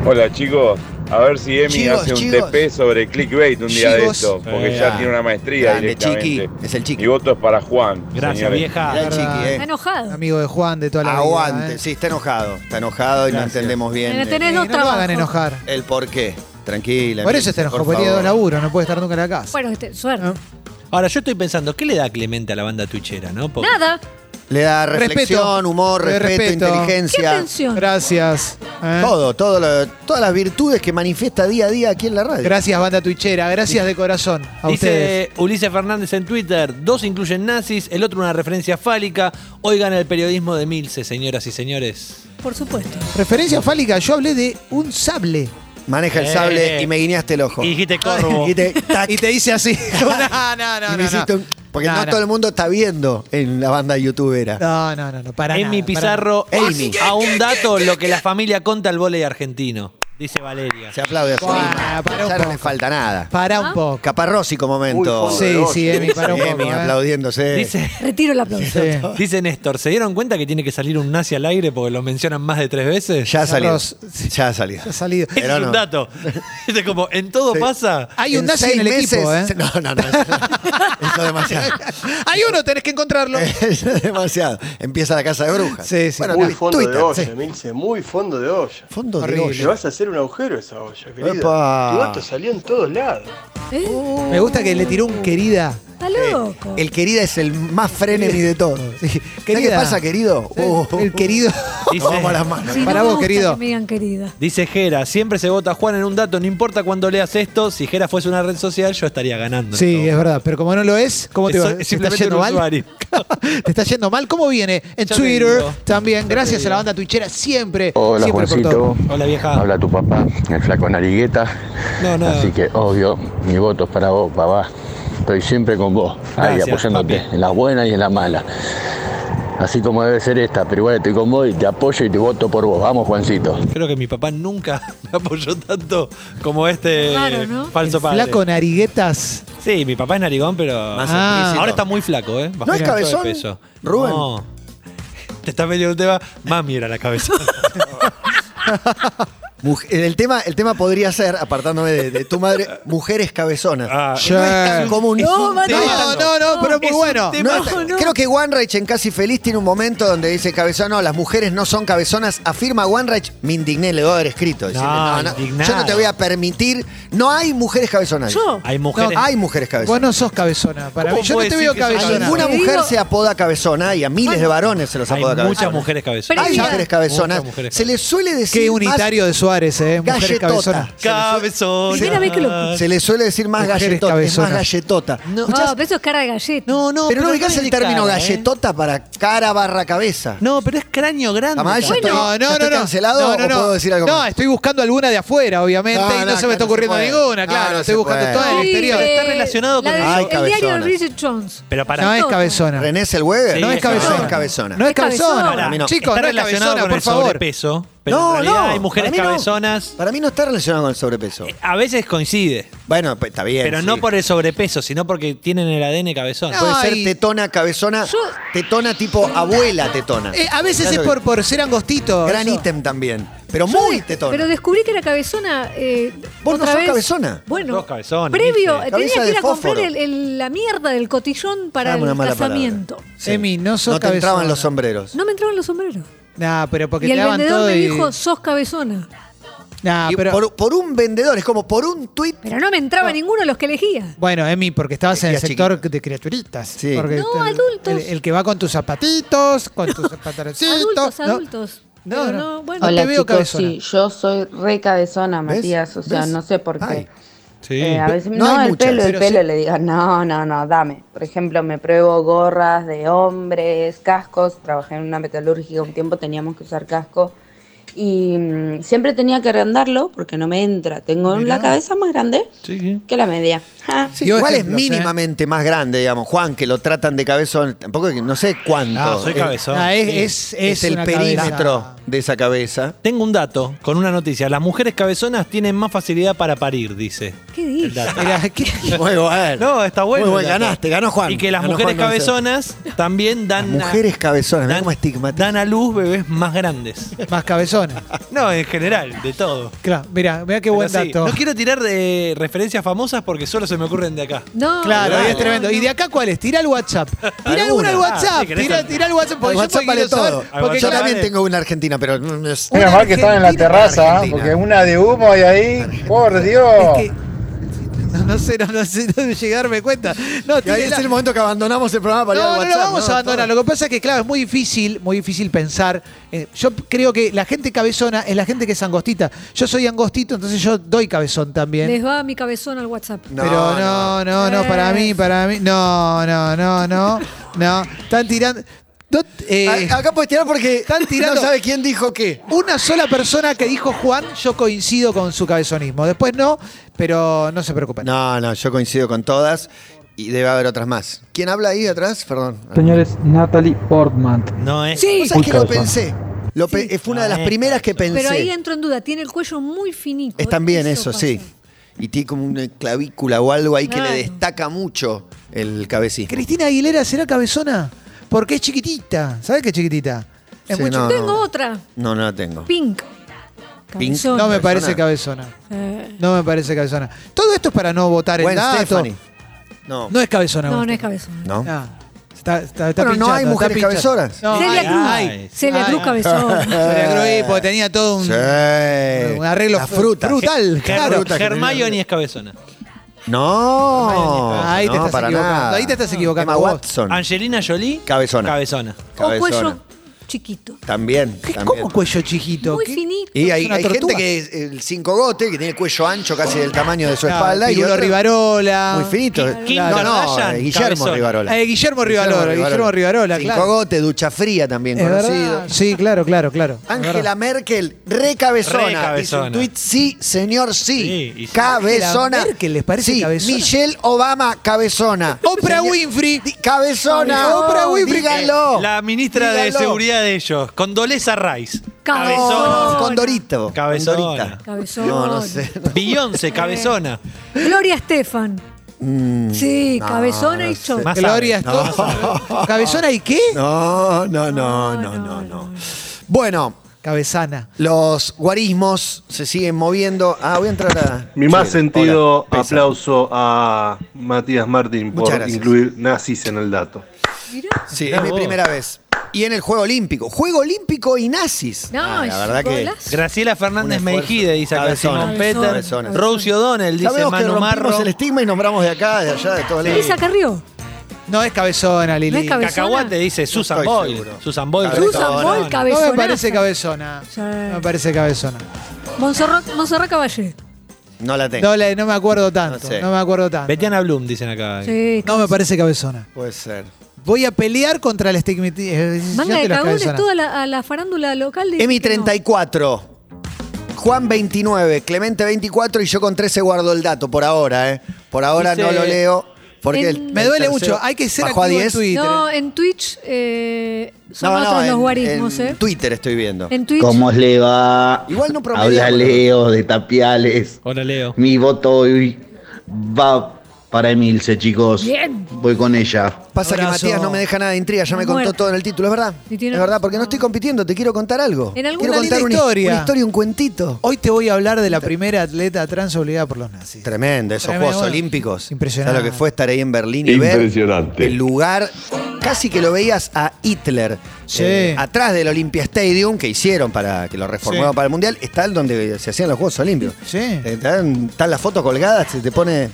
Speaker 1: Hola chicos, a ver si Emi
Speaker 2: Chicos,
Speaker 1: hace un
Speaker 2: chicos.
Speaker 1: TP sobre clickbait un día de
Speaker 2: Chicos.
Speaker 1: esto, porque
Speaker 3: Eh,
Speaker 1: ya tiene una maestría
Speaker 2: grande,
Speaker 1: directamente.
Speaker 2: Chiqui, es el Chiqui.
Speaker 1: Mi voto es para Juan.
Speaker 3: Gracias,
Speaker 1: señores.
Speaker 3: vieja.
Speaker 2: Mirá el chiqui, eh.
Speaker 5: Está enojado.
Speaker 4: Amigo de Juan de toda la vida,
Speaker 2: Aguante,
Speaker 4: ¿eh?
Speaker 2: sí, está enojado. Está enojado y no entendemos bien
Speaker 5: Pero
Speaker 2: eh,
Speaker 5: tenés
Speaker 4: Eh,
Speaker 5: dos
Speaker 4: no lo hagan
Speaker 5: trabajos.
Speaker 4: enojar.
Speaker 2: el por qué. Tranquila.
Speaker 4: Por eso
Speaker 2: Clemente,
Speaker 4: está enojado,
Speaker 2: por
Speaker 4: porque tiene dos
Speaker 2: favor.
Speaker 4: laburos, no puede estar nunca en la casa.
Speaker 5: Bueno, este, suerte.
Speaker 4: ¿no?
Speaker 3: Ahora, yo estoy pensando, ¿qué le da Clemente a la banda tuchera, no? Porque-
Speaker 5: Nada.
Speaker 2: Le da
Speaker 4: Respeto.
Speaker 2: reflexión, humor,
Speaker 4: Le
Speaker 2: respeto,
Speaker 4: respeto.
Speaker 5: ¿Qué
Speaker 2: inteligencia.
Speaker 5: tensión?
Speaker 4: Gracias. ¿eh?
Speaker 2: Todo, todo lo- todas las virtudes que manifiesta día a día aquí en la radio.
Speaker 4: Gracias, banda tuichera. Gracias de corazón a ustedes.
Speaker 3: Dice Ulises Fernández en Twitter, dos incluyen nazis, el otro una referencia fálica. Oigan el periodismo de Milce, señoras y señores.
Speaker 5: Por supuesto.
Speaker 4: Referencia fálica, yo hablé de un sable.
Speaker 2: Maneja el
Speaker 3: Eh.
Speaker 2: sable y me guiñaste el ojo.
Speaker 3: Y dijiste corvo.
Speaker 2: Y te, tac,
Speaker 4: Y te dice así. no, no,
Speaker 2: y
Speaker 4: no.
Speaker 2: me
Speaker 4: no,
Speaker 2: hiciste un- porque
Speaker 4: No,
Speaker 2: no,
Speaker 4: no.
Speaker 2: todo el mundo está viendo en la banda youtubera.
Speaker 4: No, no, no, no, para
Speaker 3: En mi
Speaker 4: nada, para nada.
Speaker 3: Pizarro,
Speaker 2: nada. Amy.
Speaker 3: a un dato lo que la familia conta al volei argentino, dice Valeria.
Speaker 2: Se aplaude a su
Speaker 4: Buah,
Speaker 2: misma.
Speaker 4: pará un
Speaker 2: Ya no le
Speaker 4: poco.
Speaker 2: falta nada.
Speaker 4: Para un poco.
Speaker 2: Caparrósico momento.
Speaker 1: Uy,
Speaker 4: Sí, sí, Emi, para un
Speaker 2: Emi
Speaker 4: poco. ¿eh?
Speaker 2: aplaudiéndose.
Speaker 3: Dice,
Speaker 5: Retiro el aplauso.
Speaker 4: Sí.
Speaker 3: dice Néstor, ¿se dieron cuenta que tiene que salir un nazi al aire porque lo mencionan más de tres veces?
Speaker 2: ya ha salido.
Speaker 4: Carlos,
Speaker 2: Ya ha salido.
Speaker 4: Ha salido.
Speaker 3: Ese
Speaker 2: Pero
Speaker 3: es
Speaker 2: no.
Speaker 3: un dato. Es como, en todo
Speaker 2: Sí.
Speaker 3: pasa.
Speaker 4: Hay un nazi
Speaker 2: seis
Speaker 4: en el
Speaker 2: meses-
Speaker 4: equipo, ¿eh?
Speaker 2: No, no, no. Eso es demasiado.
Speaker 4: Hay uno, tenés que encontrarlo.
Speaker 2: Eso es demasiado. Empieza la casa de brujas.
Speaker 4: Sí, sí.
Speaker 2: Bueno,
Speaker 10: Muy
Speaker 2: Twitter,
Speaker 10: fondo de olla,
Speaker 2: sí.
Speaker 10: Milce, muy fondo de olla.
Speaker 2: Fondo de
Speaker 4: Horrible.
Speaker 10: Le
Speaker 2: olla.
Speaker 10: vas a hacer un agujero a esa olla, querido.
Speaker 2: Epa.
Speaker 10: Tu gato salió en todos lados.
Speaker 5: ¿Eh?
Speaker 3: Uh,
Speaker 4: Me gusta que le tiró un querida.
Speaker 5: Está loco.
Speaker 2: El querida es el más frenemy de todos.
Speaker 4: Sí.
Speaker 2: ¿Sabés qué
Speaker 4: Querida.
Speaker 2: pasa, querido? Oh, oh,
Speaker 4: El
Speaker 2: oh.
Speaker 4: querido.
Speaker 2: Nos vamos a las manos.
Speaker 5: Sí, no
Speaker 4: Para
Speaker 5: me
Speaker 4: vos,
Speaker 5: gusta
Speaker 4: querido.
Speaker 5: que me digan querida.
Speaker 3: Dice Jera, siempre se vota a Juan en un dato, no importa cuándo leas esto, si Jera fuese una red social yo estaría ganando.
Speaker 4: Sí,
Speaker 3: Esto.
Speaker 4: es verdad. Pero como no lo es, ¿cómo te
Speaker 3: Es-
Speaker 4: va?
Speaker 3: es
Speaker 4: ¿Te está
Speaker 3: simplemente
Speaker 4: yendo
Speaker 3: un
Speaker 4: mal?
Speaker 3: usuario.
Speaker 4: ¿Te está yendo mal? ¿Cómo viene? En
Speaker 3: Ya te
Speaker 4: Twitter
Speaker 3: digo.
Speaker 4: también. Gracias a la banda tuichera siempre.
Speaker 11: Hola
Speaker 4: siempre por todo.
Speaker 11: Juancito,
Speaker 3: Hola vieja.
Speaker 11: habla tu papá, el flaco Narigueta.
Speaker 3: No, no.
Speaker 11: Así que obvio, mi voto es para vos, papá. Estoy siempre con vos, ahí
Speaker 3: Gracias,
Speaker 11: apoyándote,
Speaker 3: papi.
Speaker 11: en las buenas y en las malas. Así como debe ser esta, pero igual estoy con vos y te apoyo y te voto por vos. Vamos, Juancito.
Speaker 3: Creo que mi papá nunca me apoyó tanto como este
Speaker 5: Claro, ¿no?
Speaker 3: falso padre.
Speaker 4: Flaco Nariguetas.
Speaker 3: Sí, mi papá es narigón, pero
Speaker 2: Más
Speaker 4: Ah.
Speaker 2: explícito.
Speaker 3: ahora está muy flaco, ¿eh? Bajó
Speaker 2: ¿No es
Speaker 3: un montón
Speaker 2: cabezón,
Speaker 3: de peso.
Speaker 2: Rubén?
Speaker 3: No. Te estás metiendo en un tema, mami era la cabeza.
Speaker 2: Muj- El tema, el tema podría ser, apartándome de, de tu madre, mujeres cabezonas.
Speaker 3: Ah,
Speaker 2: No es tan común.
Speaker 3: Es un
Speaker 5: Manu,
Speaker 3: tema.
Speaker 4: No, no, no, pero muy
Speaker 3: Es un
Speaker 4: bueno.
Speaker 3: tema.
Speaker 2: No es tan-
Speaker 5: no.
Speaker 2: Creo que Wanreich en Casi Feliz tiene un momento donde dice cabezón, no, las mujeres no son cabezonas. Afirma Wanreich, me indigné, le voy a haber escrito. Decirle,
Speaker 3: No,
Speaker 2: "No, no,
Speaker 3: indignado.
Speaker 2: yo no te voy a permitir. No hay mujeres cabezonas.
Speaker 5: Yo.
Speaker 3: Hay mujeres.
Speaker 4: No,
Speaker 2: Hay mujeres
Speaker 4: Vos
Speaker 2: cabezonas.
Speaker 4: no sos cabezona. Para
Speaker 3: ¿Cómo
Speaker 4: mí, yo no
Speaker 3: puede
Speaker 4: te
Speaker 3: decir
Speaker 4: veo
Speaker 3: que
Speaker 2: a
Speaker 3: sos
Speaker 4: cabezona.
Speaker 3: cabezona?
Speaker 2: ninguna
Speaker 5: Te
Speaker 2: mujer
Speaker 5: digo-
Speaker 2: se apoda cabezona y a miles de varones se los
Speaker 3: Hay
Speaker 2: apoda cabezona.
Speaker 3: muchas mujeres cabezona.
Speaker 5: Pero
Speaker 2: Hay
Speaker 5: Previa.
Speaker 2: mujeres cabezonas.
Speaker 3: Muchas mujeres
Speaker 2: Se les suele decir.
Speaker 4: Qué
Speaker 2: más
Speaker 4: unitario de Suárez, ¿eh? Mujer
Speaker 2: galletota.
Speaker 4: cabezona.
Speaker 2: Se les suele-
Speaker 3: Cabezón.
Speaker 5: Primera vez que lo-
Speaker 2: Se les suele decir más
Speaker 4: Mujeres
Speaker 2: galletota. es Más
Speaker 4: cabezonas.
Speaker 2: galletota.
Speaker 5: No, Ah, pero eso es cara de galleta.
Speaker 3: No, no,
Speaker 2: pero no ubicás
Speaker 3: es
Speaker 2: el
Speaker 3: de
Speaker 2: término
Speaker 3: cara, ¿eh?
Speaker 2: galletota para cara barra cabeza.
Speaker 3: No, pero es cráneo grande.
Speaker 2: Amaya,
Speaker 3: cara.
Speaker 2: estoy-
Speaker 4: No,
Speaker 2: ¿Ya
Speaker 4: no,
Speaker 2: estoy
Speaker 4: no, no.
Speaker 2: cancelado
Speaker 4: no,
Speaker 2: o
Speaker 4: no, no.
Speaker 2: puedo decir algo
Speaker 4: No,
Speaker 2: más?
Speaker 4: estoy buscando alguna de afuera, obviamente,
Speaker 2: No, no,
Speaker 4: y no, se me
Speaker 2: acá
Speaker 4: está
Speaker 2: no se
Speaker 4: ocurriendo
Speaker 2: puede.
Speaker 4: ninguna,
Speaker 2: No,
Speaker 4: claro.
Speaker 2: no
Speaker 4: estoy
Speaker 2: se
Speaker 4: buscando
Speaker 2: puede.
Speaker 4: toda del
Speaker 5: Sí,
Speaker 4: exterior.
Speaker 5: eh,
Speaker 3: Está relacionado con-
Speaker 5: la de-
Speaker 2: Ay,
Speaker 5: el diario
Speaker 2: cabezona.
Speaker 5: del Bridget Jones.
Speaker 3: Pero para
Speaker 4: No es cabezona.
Speaker 2: René Selweger.
Speaker 3: Sí,
Speaker 4: No es
Speaker 3: es cabezona.
Speaker 2: No es cabezona.
Speaker 4: No es
Speaker 5: Es cabezona.
Speaker 4: cabezona.
Speaker 2: Para mí no.
Speaker 4: Chicos,
Speaker 3: está
Speaker 4: no es
Speaker 3: relacionado
Speaker 4: cabezona,
Speaker 3: con
Speaker 4: por
Speaker 3: el
Speaker 4: favor.
Speaker 3: sobrepeso, pero en realidad hay
Speaker 2: para
Speaker 3: mujeres
Speaker 2: mí no.
Speaker 3: cabezonas. eh,
Speaker 2: Para mí no está relacionado con el sobrepeso.
Speaker 3: A veces coincide,
Speaker 2: Bueno, pues, está bien.
Speaker 3: pero
Speaker 2: sí.
Speaker 3: no por el sobrepeso, sino porque tienen el ADN cabezón.
Speaker 4: No,
Speaker 2: Puede
Speaker 4: Ay.
Speaker 2: ser tetona, cabezona,
Speaker 5: Yo-
Speaker 2: tetona tipo abuela tetona.
Speaker 4: Eh, a veces es
Speaker 2: Claro.
Speaker 4: por, por ser angostito.
Speaker 2: Gran
Speaker 4: eso.
Speaker 2: ítem también. Pero
Speaker 5: Yo
Speaker 2: muy
Speaker 5: de-
Speaker 2: tetona.
Speaker 5: Pero descubrí que era cabezona. eh,
Speaker 2: Vos no
Speaker 5: otra
Speaker 2: sos
Speaker 5: vez.
Speaker 2: cabezona.
Speaker 5: Bueno,
Speaker 3: Sos cabezona,
Speaker 5: previo
Speaker 3: dice.
Speaker 5: tenía
Speaker 2: Cabeza
Speaker 5: que
Speaker 2: de
Speaker 5: ir a comprar
Speaker 2: fósforo.
Speaker 5: el- el- la mierda del cotillón para
Speaker 2: Dame una
Speaker 5: el
Speaker 2: mala palabra.
Speaker 5: casamiento.
Speaker 2: Sí.
Speaker 4: Emi, no sos
Speaker 2: No te entraban
Speaker 4: cabezona.
Speaker 2: los sombreros.
Speaker 5: No me entraban los sombreros.
Speaker 4: Nah, pero porque
Speaker 5: y
Speaker 4: te
Speaker 5: el
Speaker 4: daban
Speaker 5: vendedor
Speaker 4: todo
Speaker 5: me
Speaker 4: y...
Speaker 5: dijo, sos cabezona.
Speaker 4: Nah,
Speaker 2: Y
Speaker 4: Ah, pero...
Speaker 2: por, por un vendedor, es como por un tuit.
Speaker 5: Pero no me entraba ninguno de los que elegía.
Speaker 4: Bueno, Emi, porque estabas en el
Speaker 2: Chiquita.
Speaker 4: sector de criaturitas.
Speaker 2: Sí.
Speaker 4: Porque
Speaker 5: No,
Speaker 4: te-
Speaker 5: adultos.
Speaker 4: El, el que va con tus zapatitos, con tus pantaloncitos.
Speaker 5: adultos,
Speaker 4: ¿no?
Speaker 5: adultos.
Speaker 4: No, no.
Speaker 5: Pero no, bueno.
Speaker 4: te
Speaker 8: Hola
Speaker 4: veo
Speaker 8: chicos,
Speaker 4: cabezona.
Speaker 8: sí, yo soy re cabezona,
Speaker 2: ¿Ves?
Speaker 8: Matías, o sea,
Speaker 2: ¿Ves?
Speaker 8: no sé por qué.
Speaker 2: Ay.
Speaker 3: Sí.
Speaker 8: Eh, a veces,
Speaker 2: No
Speaker 8: no,
Speaker 2: hay
Speaker 8: el
Speaker 2: muchas,
Speaker 8: pelo, el
Speaker 4: pero
Speaker 8: pelo
Speaker 4: sí.
Speaker 8: le digo, no, no, no, dame. Por ejemplo, me pruebo gorras de hombres, cascos. Trabajé en una metalúrgica un tiempo, teníamos que usar casco. Y mm, siempre tenía que agrandarlo porque no me entra. Tengo la cabeza más grande que la media. Ah. Ja.
Speaker 2: Sí,
Speaker 4: Dio
Speaker 2: igual
Speaker 4: ejemplos, ¿eh?
Speaker 2: es mínimamente más grande, digamos. Juan, que lo tratan de cabezón. Tampoco, es que- no sé cuánto.
Speaker 3: Ah, soy
Speaker 2: Es-
Speaker 3: cabezón.
Speaker 4: Ah, es,
Speaker 3: Sí.
Speaker 4: es,
Speaker 2: Es,
Speaker 4: es
Speaker 2: el
Speaker 4: una
Speaker 2: perímetro
Speaker 4: cabeza.
Speaker 2: de esa cabeza.
Speaker 3: Tengo un dato con una noticia. Las mujeres cabezonas tienen más facilidad para parir, dice.
Speaker 5: ¿Qué dije?
Speaker 3: el dato.
Speaker 4: Mirá, ¿qué?
Speaker 2: Muy bueno.
Speaker 3: No, está bueno.
Speaker 2: Muy bueno,
Speaker 3: el dato.
Speaker 2: ganaste, ganó Juan.
Speaker 3: Y que las
Speaker 2: Ganó
Speaker 3: mujeres
Speaker 2: Juan Gonzalo.
Speaker 3: cabezonas también dan.
Speaker 2: Mujeres cabezonas, mirá cómo estigmatiza.
Speaker 3: dan a luz bebés más grandes.
Speaker 4: Más cabezona.
Speaker 3: No, en en general, de todo.
Speaker 4: Claro, mira, mira qué buen
Speaker 3: Pero sí,
Speaker 4: dato.
Speaker 3: No quiero tirar de referencias famosas porque solo se me ocurren de acá.
Speaker 5: No.
Speaker 4: Claro,
Speaker 5: no,
Speaker 4: y es tremendo. ¿Y de acá cuál es? Tira el WhatsApp. Tira alguna
Speaker 3: Alguna.
Speaker 4: al
Speaker 3: Ah,
Speaker 4: WhatsApp.
Speaker 3: sí, querés
Speaker 4: Tira,
Speaker 3: hacer-
Speaker 4: tira el WhatsApp. Porque
Speaker 2: WhatsApp
Speaker 4: yo
Speaker 2: vale
Speaker 4: quiero saber-
Speaker 2: todo.
Speaker 3: Al
Speaker 4: Porque
Speaker 2: Yo
Speaker 3: WhatsApp
Speaker 4: claro,
Speaker 2: también
Speaker 3: vale.
Speaker 2: tengo una argentina, pero no es.
Speaker 4: Una
Speaker 12: Menos mal que están en la
Speaker 4: Argentina,
Speaker 12: terraza,
Speaker 2: Argentina.
Speaker 12: porque una de humo y ahí, por
Speaker 2: Oh.
Speaker 12: Dios.
Speaker 4: es que- no, no sé, no, no sé no llegarme cuenta. No,
Speaker 2: Y ahí
Speaker 4: tírela.
Speaker 2: es el momento que abandonamos el programa para ir
Speaker 4: No,
Speaker 2: al
Speaker 4: no lo
Speaker 2: WhatsApp,
Speaker 4: vamos a abandonar. Lo que pasa es que, claro, es muy difícil, muy difícil pensar. Eh, yo creo que la gente cabezona es la gente que es angostita. Yo soy angostito, entonces yo doy cabezón también.
Speaker 5: Les va mi cabezón al WhatsApp.
Speaker 2: No,
Speaker 4: Pero no, no, no,
Speaker 5: Eh.
Speaker 4: para mí, para mí. No, no, no, no. No. Están tirando. no, eh,
Speaker 2: A- Acá puedes tirar porque
Speaker 4: Están tirando-
Speaker 2: no sabe quién dijo qué.
Speaker 4: una sola persona que dijo Juan, yo coincido con su cabezonismo. Después no, pero no se preocupen.
Speaker 2: No, no, yo coincido con todas y debe haber otras más. ¿Quién habla ahí atrás? Perdón.
Speaker 7: Señores, Natalie Portman.
Speaker 3: No es.
Speaker 2: Sí, ¿Sabes que lo
Speaker 7: Puta, Juan.
Speaker 2: pensé? Lo pe- Fue una de las primeras que pensé.
Speaker 5: Pero ahí entro en duda. Tiene el cuello muy finito. ¿eh?
Speaker 2: Es también eso,
Speaker 5: pasa.
Speaker 2: sí. Y tiene como una clavícula o algo ahí que
Speaker 5: Claro.
Speaker 2: le destaca mucho el cabecismo.
Speaker 4: Cristina Aguilera será cabezona porque es chiquitita. ¿Sabes qué es chiquitita? Es
Speaker 2: Sí,
Speaker 4: muy
Speaker 2: no,
Speaker 5: Tengo
Speaker 2: no.
Speaker 5: otra.
Speaker 2: No, no la tengo.
Speaker 5: Pink.
Speaker 2: Pink.
Speaker 4: chi-
Speaker 5: Cabezón.
Speaker 4: No me
Speaker 2: Cabezona.
Speaker 4: parece cabezona.
Speaker 5: Eh,
Speaker 4: No me parece cabezona. Todo esto es para no votar el
Speaker 2: Gwen
Speaker 4: dato.
Speaker 2: Stefani. No.
Speaker 4: No Ah, es cabezona.
Speaker 5: no,
Speaker 4: Gwen
Speaker 5: no es cabezón.
Speaker 2: No.
Speaker 4: Stefani. No. Está, está, está
Speaker 2: Bueno, no
Speaker 4: pinchando,
Speaker 2: hay
Speaker 4: está
Speaker 2: mujeres
Speaker 4: pinchando.
Speaker 2: cabezonas.
Speaker 4: No,
Speaker 5: Celia
Speaker 4: hay,
Speaker 5: Cruz.
Speaker 4: hay. Ay.
Speaker 5: Celia Cruz cabezón.
Speaker 4: Celia Cruz, porque tenía todo un,
Speaker 2: Eh, Sí.
Speaker 4: un arreglo
Speaker 2: La fruta.
Speaker 4: frutal. Claro.
Speaker 2: fruta que
Speaker 3: Hermione es cabezona.
Speaker 2: No.
Speaker 4: Ahí te
Speaker 2: no,
Speaker 4: estás
Speaker 2: para
Speaker 4: equivocando.
Speaker 2: nada.
Speaker 4: Ahí te estás equivocando.
Speaker 2: Emma
Speaker 4: vos.
Speaker 2: Watson.
Speaker 3: Angelina Jolie.
Speaker 2: Cabezona.
Speaker 3: Cabezona.
Speaker 5: O
Speaker 2: Cabezona.
Speaker 5: cuello chiquito.
Speaker 2: También.
Speaker 4: ¿Qué-
Speaker 2: también.
Speaker 4: ¿Cómo cuello chiquito?
Speaker 5: Muy
Speaker 4: ¿Qué-
Speaker 5: finito.
Speaker 2: Y
Speaker 4: Es
Speaker 2: hay,
Speaker 4: una
Speaker 2: hay gente
Speaker 4: tortuga.
Speaker 2: que es el cinco gote, que tiene el cuello ancho casi del tamaño de su
Speaker 4: Claro,
Speaker 2: espalda. Y
Speaker 4: Ah, Pirulo
Speaker 2: otro-
Speaker 4: Rivarola.
Speaker 2: Muy finito.
Speaker 3: Kim- Kim
Speaker 2: no, no,
Speaker 3: Kardashian,
Speaker 2: eh, Guillermo
Speaker 3: cabezón.
Speaker 2: Rivarola.
Speaker 4: Eh, Guillermo Rivarola, Guillermo Rivarola,
Speaker 2: Cinco
Speaker 4: claro.
Speaker 2: gote, ducha fría también
Speaker 4: Es
Speaker 2: conocido. Ah,
Speaker 4: verdad. Sí, claro, claro, claro.
Speaker 2: Ángela Merkel, recabezona.
Speaker 3: Re cabezona.
Speaker 2: Dice un tuit, sí, señor, sí.
Speaker 3: Sí, y sí.
Speaker 2: Cabezona.
Speaker 4: Angela Merkel, ¿les parece
Speaker 2: sí.
Speaker 4: cabezona?
Speaker 2: Michelle Obama, cabezona.
Speaker 4: Oprah
Speaker 2: Señor-
Speaker 4: Winfrey.
Speaker 2: Di- Cabezona.
Speaker 4: No, Oprah Winfrey. Eh,
Speaker 2: Díganlo.
Speaker 3: La ministra de
Speaker 2: Díganlo.
Speaker 3: seguridad de ellos. Condoleza Rice.
Speaker 5: Cabezona.
Speaker 2: No, Condorito.
Speaker 3: Cabezona.
Speaker 2: Condorita.
Speaker 5: Cabezona.
Speaker 2: No, no sé.
Speaker 3: Beyoncé, cabezona.
Speaker 5: Gloria Estefan. sí,
Speaker 2: Mm, no,
Speaker 5: cabezona
Speaker 2: no
Speaker 5: y
Speaker 2: sé.
Speaker 5: chota.
Speaker 3: Más
Speaker 4: Gloria
Speaker 3: sabe.
Speaker 4: Estefan. ¿Cabezona y qué?
Speaker 2: No, no, no, no, no, no. Bueno,
Speaker 4: Cabezana.
Speaker 2: los guarismos se siguen moviendo. Ah, voy a entrar a.
Speaker 12: Mi más
Speaker 2: Sí,
Speaker 12: sentido
Speaker 2: hola, pesa.
Speaker 12: aplauso a Matías Martín
Speaker 2: Muchas
Speaker 12: por
Speaker 2: gracias.
Speaker 12: incluir nazis en el dato.
Speaker 5: Mirá.
Speaker 2: Sí, es mi primera vez. Y en el Juego Olímpico. Juego Olímpico y nazis.
Speaker 5: No,
Speaker 2: Ah,
Speaker 5: es
Speaker 2: la verdad que.
Speaker 5: golazo.
Speaker 3: Graciela Fernández
Speaker 2: Un esfuerzo.
Speaker 3: Mejide dice acá
Speaker 2: Cabezona.
Speaker 3: Simón Peter.
Speaker 2: Cabezona.
Speaker 3: Rosie O'Donnell dice
Speaker 2: Sabemos que
Speaker 3: Manu
Speaker 2: rompimos
Speaker 3: Marro.
Speaker 2: el estigma y nombramos de acá, de allá, de todos lados.
Speaker 5: Elisa Carrió.
Speaker 4: No es cabezona,
Speaker 5: No
Speaker 4: Lili.
Speaker 5: es cabezona.
Speaker 3: Cacahuate dice Susan
Speaker 2: estoy
Speaker 3: Boyle.
Speaker 2: seguro.
Speaker 3: Susan Boyle.
Speaker 2: Susan
Speaker 3: cabezona.
Speaker 4: No
Speaker 5: Boyle, cabe-
Speaker 4: me
Speaker 5: Cabezonaza.
Speaker 4: parece cabezona.
Speaker 5: Sí.
Speaker 4: No me parece cabezona.
Speaker 5: Monserrat, Monserrat Caballé.
Speaker 2: No la tengo.
Speaker 4: No, la- no me acuerdo tanto.
Speaker 2: No sé.
Speaker 4: No me acuerdo tanto.
Speaker 3: Betiana Bloom dicen acá.
Speaker 5: Sí.
Speaker 4: No me parece cabezona.
Speaker 2: Puede ser.
Speaker 4: Voy a pelear contra el eh, estigmatismo.
Speaker 5: Manga de cagones toda la, a la farándula local. de
Speaker 2: Emi 34. Juan 29, Clemente 24 y yo con 13 guardo el dato por ahora, ¿eh? Por ahora
Speaker 3: Dice-
Speaker 2: no lo leo porque
Speaker 5: En-
Speaker 2: el-
Speaker 4: Me
Speaker 2: el
Speaker 4: duele
Speaker 2: tercero
Speaker 4: mucho. Hay que ser
Speaker 2: bajó a
Speaker 4: activo en
Speaker 2: 10.
Speaker 4: Twitter.
Speaker 5: No, en Twitch eh, son
Speaker 2: No, no,
Speaker 5: otros los
Speaker 2: en-
Speaker 5: guarismos,
Speaker 2: en
Speaker 5: ¿eh?
Speaker 2: Twitter estoy viendo.
Speaker 5: En Twitch.
Speaker 7: ¿Cómo os le va?
Speaker 2: Igual no promediamos.
Speaker 7: Habla Leo de Tapiales.
Speaker 3: Hola Leo.
Speaker 7: Mi voto hoy va para Emilce, chicos.
Speaker 5: Bien.
Speaker 7: Voy con ella.
Speaker 2: Pasa que
Speaker 4: Abrazo.
Speaker 2: Matías no me deja nada de intriga, ya me contó
Speaker 5: Muerto.
Speaker 2: todo en el título, es verdad.
Speaker 5: Y tiene-
Speaker 2: Es verdad, porque no estoy compitiendo, te quiero contar algo.
Speaker 5: En alguna
Speaker 2: quiero
Speaker 4: linda
Speaker 2: contar una
Speaker 4: historia.
Speaker 2: una historia, un cuentito.
Speaker 4: Hoy te voy a hablar de la primera atleta trans obligada por los nazis.
Speaker 2: Tremendo, esos
Speaker 4: Tremendo,
Speaker 2: Juegos
Speaker 4: bueno.
Speaker 2: Olímpicos.
Speaker 4: Impresionante.
Speaker 2: ¿Sabes lo que fue estar ahí en Berlín y ver
Speaker 12: Impresionante.
Speaker 2: el lugar? Casi que lo veías a Hitler. eh,
Speaker 4: Sí.
Speaker 2: atrás del Olympia Stadium que hicieron para que lo reformaron
Speaker 4: Sí.
Speaker 2: para el Mundial, está el donde se hacían los Juegos Olímpicos.
Speaker 4: Sí.
Speaker 2: Están, están las fotos colgadas, se te pone.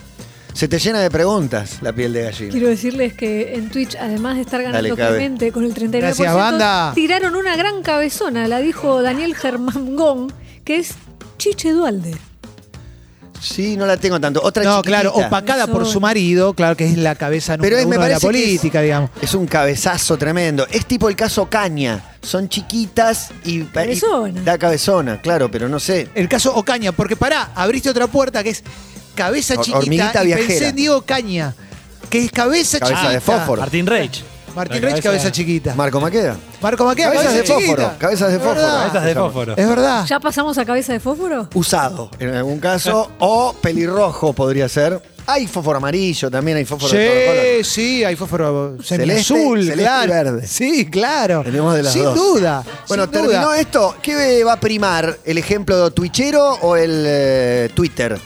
Speaker 2: Se te llena de preguntas la piel de gallina.
Speaker 5: Quiero decirles que en Twitch, además de estar ganando
Speaker 2: Dale, cabe.
Speaker 5: Clemente con el 39%,
Speaker 4: Gracias, banda.
Speaker 5: tiraron una gran cabezona, la dijo Daniel Germangón, que es Chiche Dualde.
Speaker 2: Sí, no la tengo tanto. Otra
Speaker 4: No,
Speaker 2: chiquitita.
Speaker 4: claro, opacada por su marido, claro que es la cabeza número
Speaker 2: Pero es, me
Speaker 4: uno de la
Speaker 2: parece que
Speaker 4: política,
Speaker 2: es,
Speaker 4: digamos.
Speaker 2: Es un cabezazo tremendo. Es tipo el caso Caña. Son chiquitas y.
Speaker 5: Cabezona.
Speaker 2: y da cabezona, claro, pero no sé.
Speaker 4: El caso Ocaña, porque pará, abriste otra puerta que es cabeza
Speaker 2: Hor-
Speaker 4: chiquita
Speaker 2: hormiguita
Speaker 4: y
Speaker 2: viajera.
Speaker 4: pensé en Diego Ocaña, que es cabeza,
Speaker 2: Cabeza
Speaker 4: chiquita.
Speaker 2: de fósforo.
Speaker 3: Martín Reich.
Speaker 4: Martín Reich, cabeza chiquita.
Speaker 2: Marco Maqueda.
Speaker 4: Marco Maqueda,
Speaker 2: Cabezas
Speaker 4: cabeza
Speaker 2: de
Speaker 4: chiquita.
Speaker 2: fósforo, cabezas de
Speaker 4: Es
Speaker 2: fósforo.
Speaker 4: verdad.
Speaker 3: Cabezas de fósforo.
Speaker 4: Es
Speaker 2: Ah.
Speaker 4: verdad.
Speaker 5: ¿Ya pasamos a cabeza de fósforo?
Speaker 2: Usado, en algún caso, o pelirrojo podría ser. Hay fósforo amarillo, también hay fósforo de todos colores.
Speaker 4: Sí, sí, hay fósforo
Speaker 2: Celeste,
Speaker 4: azul,
Speaker 2: celeste y
Speaker 4: claro.
Speaker 2: verde.
Speaker 4: Sí, claro.
Speaker 2: Tenemos de las
Speaker 4: sin
Speaker 2: dos.
Speaker 4: duda.
Speaker 2: Bueno,
Speaker 4: sin
Speaker 2: terminó
Speaker 4: duda.
Speaker 2: esto. ¿Qué va a primar? ¿El ejemplo twitchero o el eh, Twitter?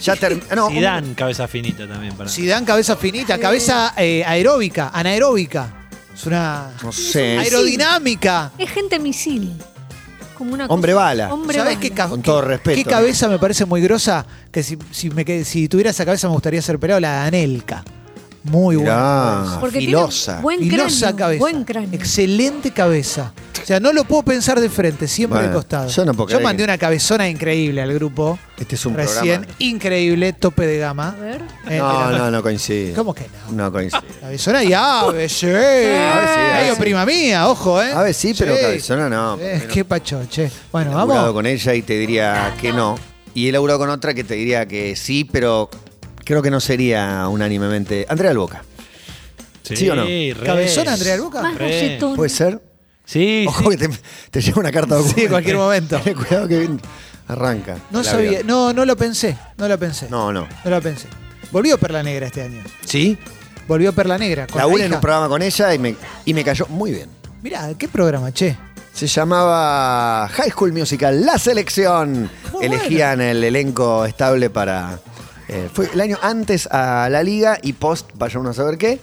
Speaker 2: Ya terminó. No,
Speaker 3: Zidane, cabeza finita también para.
Speaker 4: Zidane, cabeza finita, cabeza eh, aeróbica, anaeróbica. Es una
Speaker 2: no sé.
Speaker 4: aerodinámica.
Speaker 5: Es gente misil. Como una
Speaker 2: Hombre
Speaker 5: cosa-
Speaker 2: bala.
Speaker 5: Hombre
Speaker 4: ¿Sabés
Speaker 5: bala.
Speaker 4: qué, ca-
Speaker 2: Con todo respeto. ¿eh?
Speaker 4: qué cabeza me parece muy grosa? Que si, si me qued- si tuviera esa cabeza me gustaría ser pelado, la de Anelka. Muy buena.
Speaker 2: Mirá,
Speaker 4: cabeza.
Speaker 5: Porque tiene
Speaker 2: filosa.
Speaker 5: buen
Speaker 4: Filosa
Speaker 5: cráneo,
Speaker 4: cabeza.
Speaker 5: Buen cráneo.
Speaker 4: Excelente cabeza. O sea, no lo puedo pensar de frente, siempre
Speaker 2: Bueno,
Speaker 4: de costado.
Speaker 2: yo no puedo creer
Speaker 4: mandé
Speaker 2: que-
Speaker 4: una cabezona increíble al grupo.
Speaker 2: Este es un
Speaker 4: Recién,
Speaker 2: programa.
Speaker 4: increíble, tope de
Speaker 5: A
Speaker 4: gama.
Speaker 5: ver.
Speaker 4: Eh,
Speaker 2: No,
Speaker 4: era-
Speaker 2: no, no coincide.
Speaker 4: ¿Cómo que no?
Speaker 2: No coincide.
Speaker 4: Cabezona y ave, sí. Medio
Speaker 2: sí.
Speaker 4: prima mía, ojo, ¿eh?
Speaker 2: A ver, sí, pero cabezona no.
Speaker 4: Es que pacho, che. Bueno,
Speaker 2: He laburado
Speaker 4: vamos.
Speaker 2: con ella y te diría que no. Y he laburado con otra que te diría que sí, pero creo que no sería unánimemente. Andrea Alboca. ¿Sí o no?
Speaker 3: re.
Speaker 4: ¿Cabezona, Andrea Luca?
Speaker 5: Más
Speaker 3: Re.
Speaker 5: galletón.
Speaker 2: ¿Puede ser?
Speaker 3: Sí,
Speaker 2: Ojo que te, te lleva una carta de
Speaker 4: Sí, en cualquier momento.
Speaker 2: Ten cuidado que bien arranca.
Speaker 4: No
Speaker 2: el
Speaker 4: sabía,
Speaker 2: avión.
Speaker 4: no, no lo pensé, no lo pensé. No.
Speaker 2: No, no.
Speaker 4: lo pensé. Volvió Perla Negra este año.
Speaker 2: ¿Sí?
Speaker 4: Volvió Perla Negra. Con la
Speaker 2: Laburé en
Speaker 4: hija.
Speaker 2: un programa con ella y me, y me cayó muy bien.
Speaker 4: Mirá, ¿qué programa, che?
Speaker 2: Se llamaba High School Musical, La Selección.
Speaker 4: Muy
Speaker 2: Elegían el elenco estable para... eh, fue el año antes a la liga y post, vaya uno a saber qué,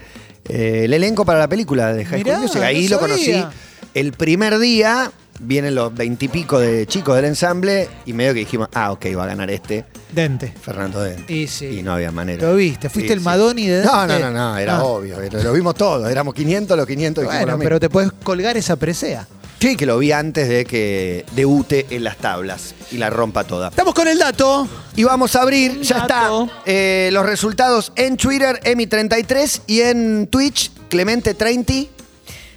Speaker 2: eh, el elenco para la película de High
Speaker 4: Mirá,
Speaker 2: School Musical.
Speaker 4: no
Speaker 2: Ahí lo conocí.
Speaker 4: sabía.
Speaker 2: El primer día vienen los veintipico de chicos del ensamble y medio que dijimos, ah, ok, va a ganar este,
Speaker 4: Dente.
Speaker 2: Fernando Dente.
Speaker 4: Y sí.
Speaker 2: no había manera.
Speaker 4: Lo viste, fuiste el Madoni de
Speaker 2: No, no,
Speaker 4: Dante.
Speaker 2: no, no, era
Speaker 4: Ah.
Speaker 2: obvio. Lo lo vimos todos, éramos 500, los 500 dijimos lo
Speaker 4: Bueno,
Speaker 2: mismo.
Speaker 4: pero te puedes colgar esa presea.
Speaker 2: Sí, que lo vi antes de que debute en las tablas y la rompa toda.
Speaker 4: Estamos con el dato.
Speaker 2: Y vamos a abrir, ya está,
Speaker 3: Dato.
Speaker 2: eh, los resultados en Twitter, Emi33 y en Twitch, Clemente30.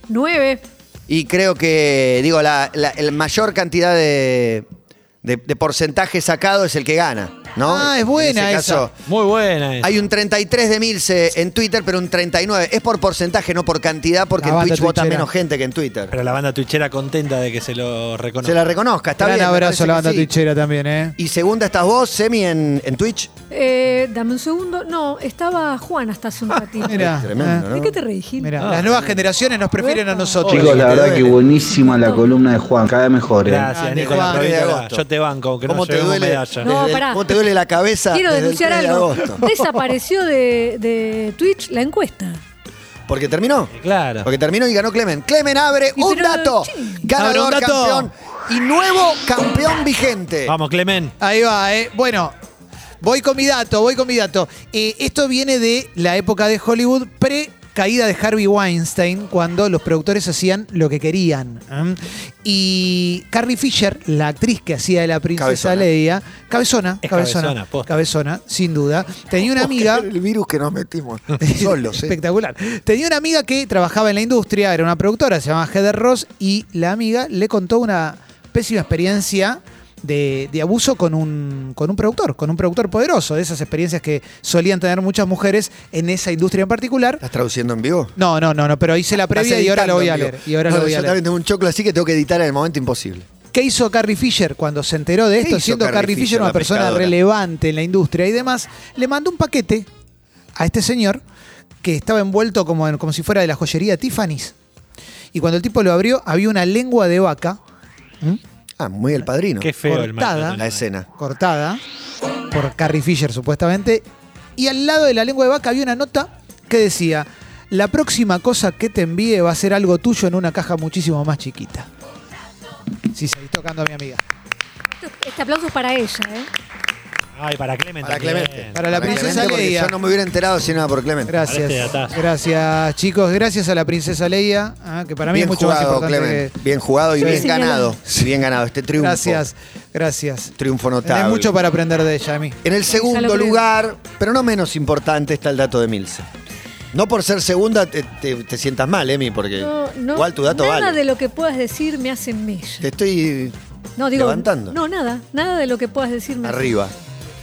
Speaker 5: Nueve.
Speaker 2: Y creo que, digo, la, la- el mayor cantidad de, de- de porcentaje sacado es el que gana, ¿no?
Speaker 4: Ah, es
Speaker 2: En
Speaker 4: buena
Speaker 2: ese caso,
Speaker 3: Muy buena esa.
Speaker 2: Hay un 33 de Milce en Twitter, pero un 39. Es por porcentaje, no por cantidad, porque
Speaker 4: La
Speaker 2: en
Speaker 4: banda
Speaker 2: Twitch vota
Speaker 4: twitchera.
Speaker 2: menos gente que en Twitter.
Speaker 3: Pero la banda tuichera contenta de que se lo reconozca.
Speaker 2: Se la reconozca, está
Speaker 4: Gran
Speaker 2: bien. me
Speaker 4: abrazo
Speaker 2: parece
Speaker 4: a la
Speaker 2: que
Speaker 4: banda
Speaker 2: sí.
Speaker 4: twitchera también, ¿eh?
Speaker 2: Y segunda estás vos, Semi, en, en Twitch.
Speaker 5: Eh, dame un segundo. No, estaba Juan hasta hace un ratito.
Speaker 4: Ah, Mirá.
Speaker 2: Tremendo,
Speaker 4: eh,
Speaker 5: ¿De qué te reís, Gil?
Speaker 4: mirá, las nuevas generaciones nos prefieren a nosotros.
Speaker 7: Chicos, la verdad
Speaker 2: duele.
Speaker 7: que buenísima la columna de Juan, cada vez mejor. eh.
Speaker 3: Gracias,
Speaker 4: Grande,
Speaker 3: Nicolás.
Speaker 4: Juan,
Speaker 3: pero
Speaker 2: de
Speaker 3: Nicolás,
Speaker 2: agosto.
Speaker 3: yo te banco, aunque
Speaker 2: ¿Cómo
Speaker 3: no
Speaker 2: te,
Speaker 3: llevemos
Speaker 2: duele,
Speaker 3: medalla.
Speaker 5: No,
Speaker 2: desde el-
Speaker 5: pará.
Speaker 2: ¿Cómo te duele la cabeza?
Speaker 5: Quiero
Speaker 2: desde el
Speaker 5: denunciar
Speaker 2: 3 de
Speaker 5: algo.
Speaker 2: agosto?
Speaker 5: Desapareció de, de Twitch la encuesta.
Speaker 2: Porque terminó.
Speaker 3: Claro.
Speaker 2: Porque terminó y ganó Clemen. Clemen abre
Speaker 5: Y
Speaker 2: un
Speaker 5: pero-
Speaker 2: dato.
Speaker 5: sí.
Speaker 2: Ganador,
Speaker 4: Abre un dato.
Speaker 2: campeón. Y nuevo campeón vigente.
Speaker 3: Vamos, Clemen.
Speaker 4: Ahí va, ¿eh? Bueno, voy con mi dato, voy con mi dato. Eh, esto viene de la época de Hollywood pre caída de Harvey Weinstein, cuando los productores hacían lo que querían. ¿eh? Y Carrie Fisher, la actriz que hacía de la princesa
Speaker 2: Cabezona.
Speaker 4: Leia, cabezona,
Speaker 3: Es
Speaker 4: cabezona,
Speaker 3: cabezona,
Speaker 4: cabezona,
Speaker 3: posta.
Speaker 4: sin duda, tenía una amiga...
Speaker 2: El virus que nos metimos solos. eh.
Speaker 4: Espectacular. Tenía una amiga que trabajaba en la industria, era una productora, se llamaba Heather Ross, y la amiga le contó una pésima experiencia de, de abuso con un, con un productor, con un productor poderoso, de esas experiencias que solían tener muchas mujeres en esa industria en particular.
Speaker 2: ¿Estás traduciendo en vivo?
Speaker 4: No, no, no, no, pero hice la previa
Speaker 2: Estás
Speaker 4: y ahora lo
Speaker 2: editando
Speaker 4: voy a
Speaker 2: en vivo.
Speaker 4: leer. Y ahora
Speaker 2: No,
Speaker 4: lo voy a
Speaker 2: yo
Speaker 4: leer.
Speaker 2: también tengo un choclo así que tengo que editar en el momento imposible.
Speaker 4: ¿Qué hizo Carrie Fisher cuando se enteró de
Speaker 2: ¿Qué
Speaker 4: esto?
Speaker 2: hizo
Speaker 4: Siendo
Speaker 2: Carrie
Speaker 4: Carrie Fisher
Speaker 2: Fisher,
Speaker 4: una
Speaker 2: la
Speaker 4: persona
Speaker 2: pescadora?
Speaker 4: relevante en la industria y demás, le mandó un paquete a este señor que estaba envuelto como, en- como si fuera de la joyería Tiffany's. Y cuando el tipo lo abrió, había una lengua de vaca
Speaker 2: Ah, muy el padrino.
Speaker 3: Qué feo el
Speaker 4: Cortada.
Speaker 3: maltrato
Speaker 2: La
Speaker 3: animal.
Speaker 2: escena.
Speaker 4: cortada por Carrie Fisher supuestamente. Y al lado de la lengua de vaca había una nota que decía, la próxima cosa que te envíe va a ser algo tuyo en una caja muchísimo más chiquita. Sí, seguís tocando a mi amiga.
Speaker 5: Este aplauso es para ella, ¿eh?
Speaker 3: Ay, para Clemen.
Speaker 2: Para
Speaker 3: también.
Speaker 2: Clemente.
Speaker 4: Para la princesa
Speaker 2: Clemente, porque
Speaker 4: Leia.
Speaker 2: Yo no me hubiera enterado si no era por Clemente.
Speaker 4: Gracias.
Speaker 3: Parece datazo.
Speaker 4: Gracias, chicos. Gracias a la princesa Leia, ah, que para mí
Speaker 2: bien
Speaker 4: es mucho más
Speaker 2: jugado,
Speaker 4: importante
Speaker 2: Clemen.
Speaker 4: que-
Speaker 2: Bien jugado y
Speaker 4: Sí.
Speaker 2: bien
Speaker 5: Sí,
Speaker 2: ganado. Bien ganado. Este triunfo.
Speaker 4: Gracias, gracias.
Speaker 2: Triunfo notable.
Speaker 4: Tenés mucho para aprender de ella, a mí.
Speaker 2: En el
Speaker 5: Ya
Speaker 2: segundo
Speaker 5: lo creo.
Speaker 2: lugar, pero no menos importante, está el dato de Milce. No por ser segunda te, te- te sientas mal, Emi, porque
Speaker 5: No, no,
Speaker 2: igual tu dato
Speaker 5: nada
Speaker 2: vale.
Speaker 5: de lo que puedas decir me hace mella.
Speaker 2: Te estoy
Speaker 5: No, digo,
Speaker 2: levantando.
Speaker 5: No, nada. Nada de lo que puedas decir me hace-
Speaker 2: arriba.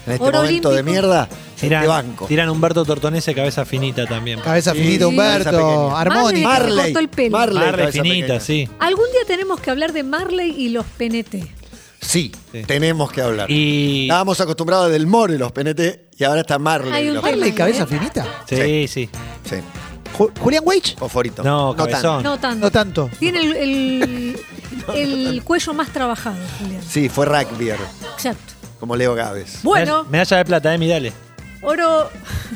Speaker 2: en este
Speaker 5: Oro
Speaker 2: momento de
Speaker 5: olímpico.
Speaker 2: mierda,
Speaker 3: Tiran,
Speaker 2: te banco.
Speaker 3: tiran Humberto Tortonese, cabeza finita también.
Speaker 4: Cabeza
Speaker 2: Sí,
Speaker 4: finita,
Speaker 2: cabeza
Speaker 4: Humberto,
Speaker 2: pequeña.
Speaker 4: Armónica.
Speaker 5: Marley, que se cortó el pelo.
Speaker 2: Marley,
Speaker 3: Marley
Speaker 2: cabeza
Speaker 3: finita,
Speaker 2: pequeña.
Speaker 3: sí.
Speaker 5: Algún día tenemos que hablar de Marley y los penete.
Speaker 2: Sí, tenemos que hablar.
Speaker 3: Y.
Speaker 2: Estábamos acostumbrados del More los PNT y ahora está Marley.
Speaker 5: Hay un
Speaker 2: los
Speaker 5: tema.
Speaker 4: Marley,
Speaker 2: PNT.
Speaker 4: cabeza finita.
Speaker 3: Sí, sí.
Speaker 2: Sí,
Speaker 4: Ju- Julián Weich.
Speaker 2: fosforito.
Speaker 3: No, cabezón.
Speaker 5: No tanto.
Speaker 4: No tanto.
Speaker 5: Tiene el, el- el cuello más trabajado, Julián.
Speaker 2: Sí, fue rugby,
Speaker 5: Exacto.
Speaker 2: como Leo Gávez.
Speaker 5: Bueno,
Speaker 3: Medalla- Medalla de plata, Emi, dale.
Speaker 5: oro.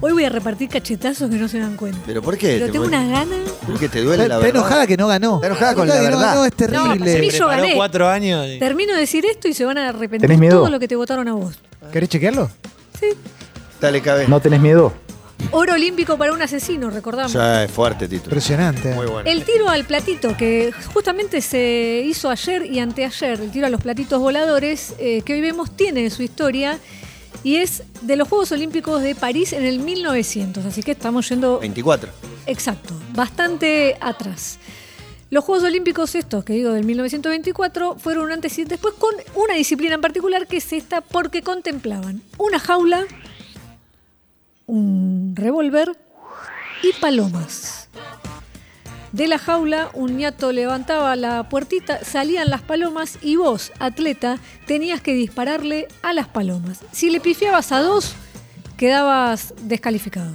Speaker 5: Hoy voy a repartir cachetazos que no se dan cuenta.
Speaker 2: ¿Pero por qué?
Speaker 5: Pero tengo
Speaker 2: duele?
Speaker 5: unas ganas.
Speaker 2: ¿Por qué te duele
Speaker 4: Está,
Speaker 2: la
Speaker 4: está
Speaker 2: verdad?
Speaker 4: enojada que no ganó.
Speaker 2: Está enojada con la
Speaker 4: que
Speaker 2: verdad.
Speaker 4: No ganó, es terrible.
Speaker 5: para mí-
Speaker 3: Se
Speaker 5: yo
Speaker 3: preparó
Speaker 5: gané.
Speaker 3: cuatro años. y-
Speaker 5: Termino de decir esto y se van a arrepentir
Speaker 6: ¿Tenés miedo?
Speaker 5: todo lo que te votaron a vos.
Speaker 4: ¿Querés chequearlo?
Speaker 5: Sí.
Speaker 2: Dale, cabeza.
Speaker 6: ¿No tenés miedo?
Speaker 5: Oro olímpico para un asesino, recordamos.
Speaker 2: Ya, Ah, es fuerte, Tito.
Speaker 4: Impresionante.
Speaker 2: Muy bueno.
Speaker 5: El tiro al platito, que justamente se hizo ayer y anteayer, el tiro a los platitos voladores, eh, que hoy vemos tiene su historia y es de los Juegos Olímpicos de París en el 1900, así que estamos yendo
Speaker 2: 24.
Speaker 5: exacto, bastante atrás. Los Juegos Olímpicos estos, que digo del 1924, fueron un antes y un después con una disciplina en particular que es esta porque contemplaban una jaula, un revólver y palomas. De la jaula, un ñato levantaba la puertita, salían las palomas y vos, atleta, tenías que dispararle a las palomas. Si le pifiabas a dos, quedabas descalificado.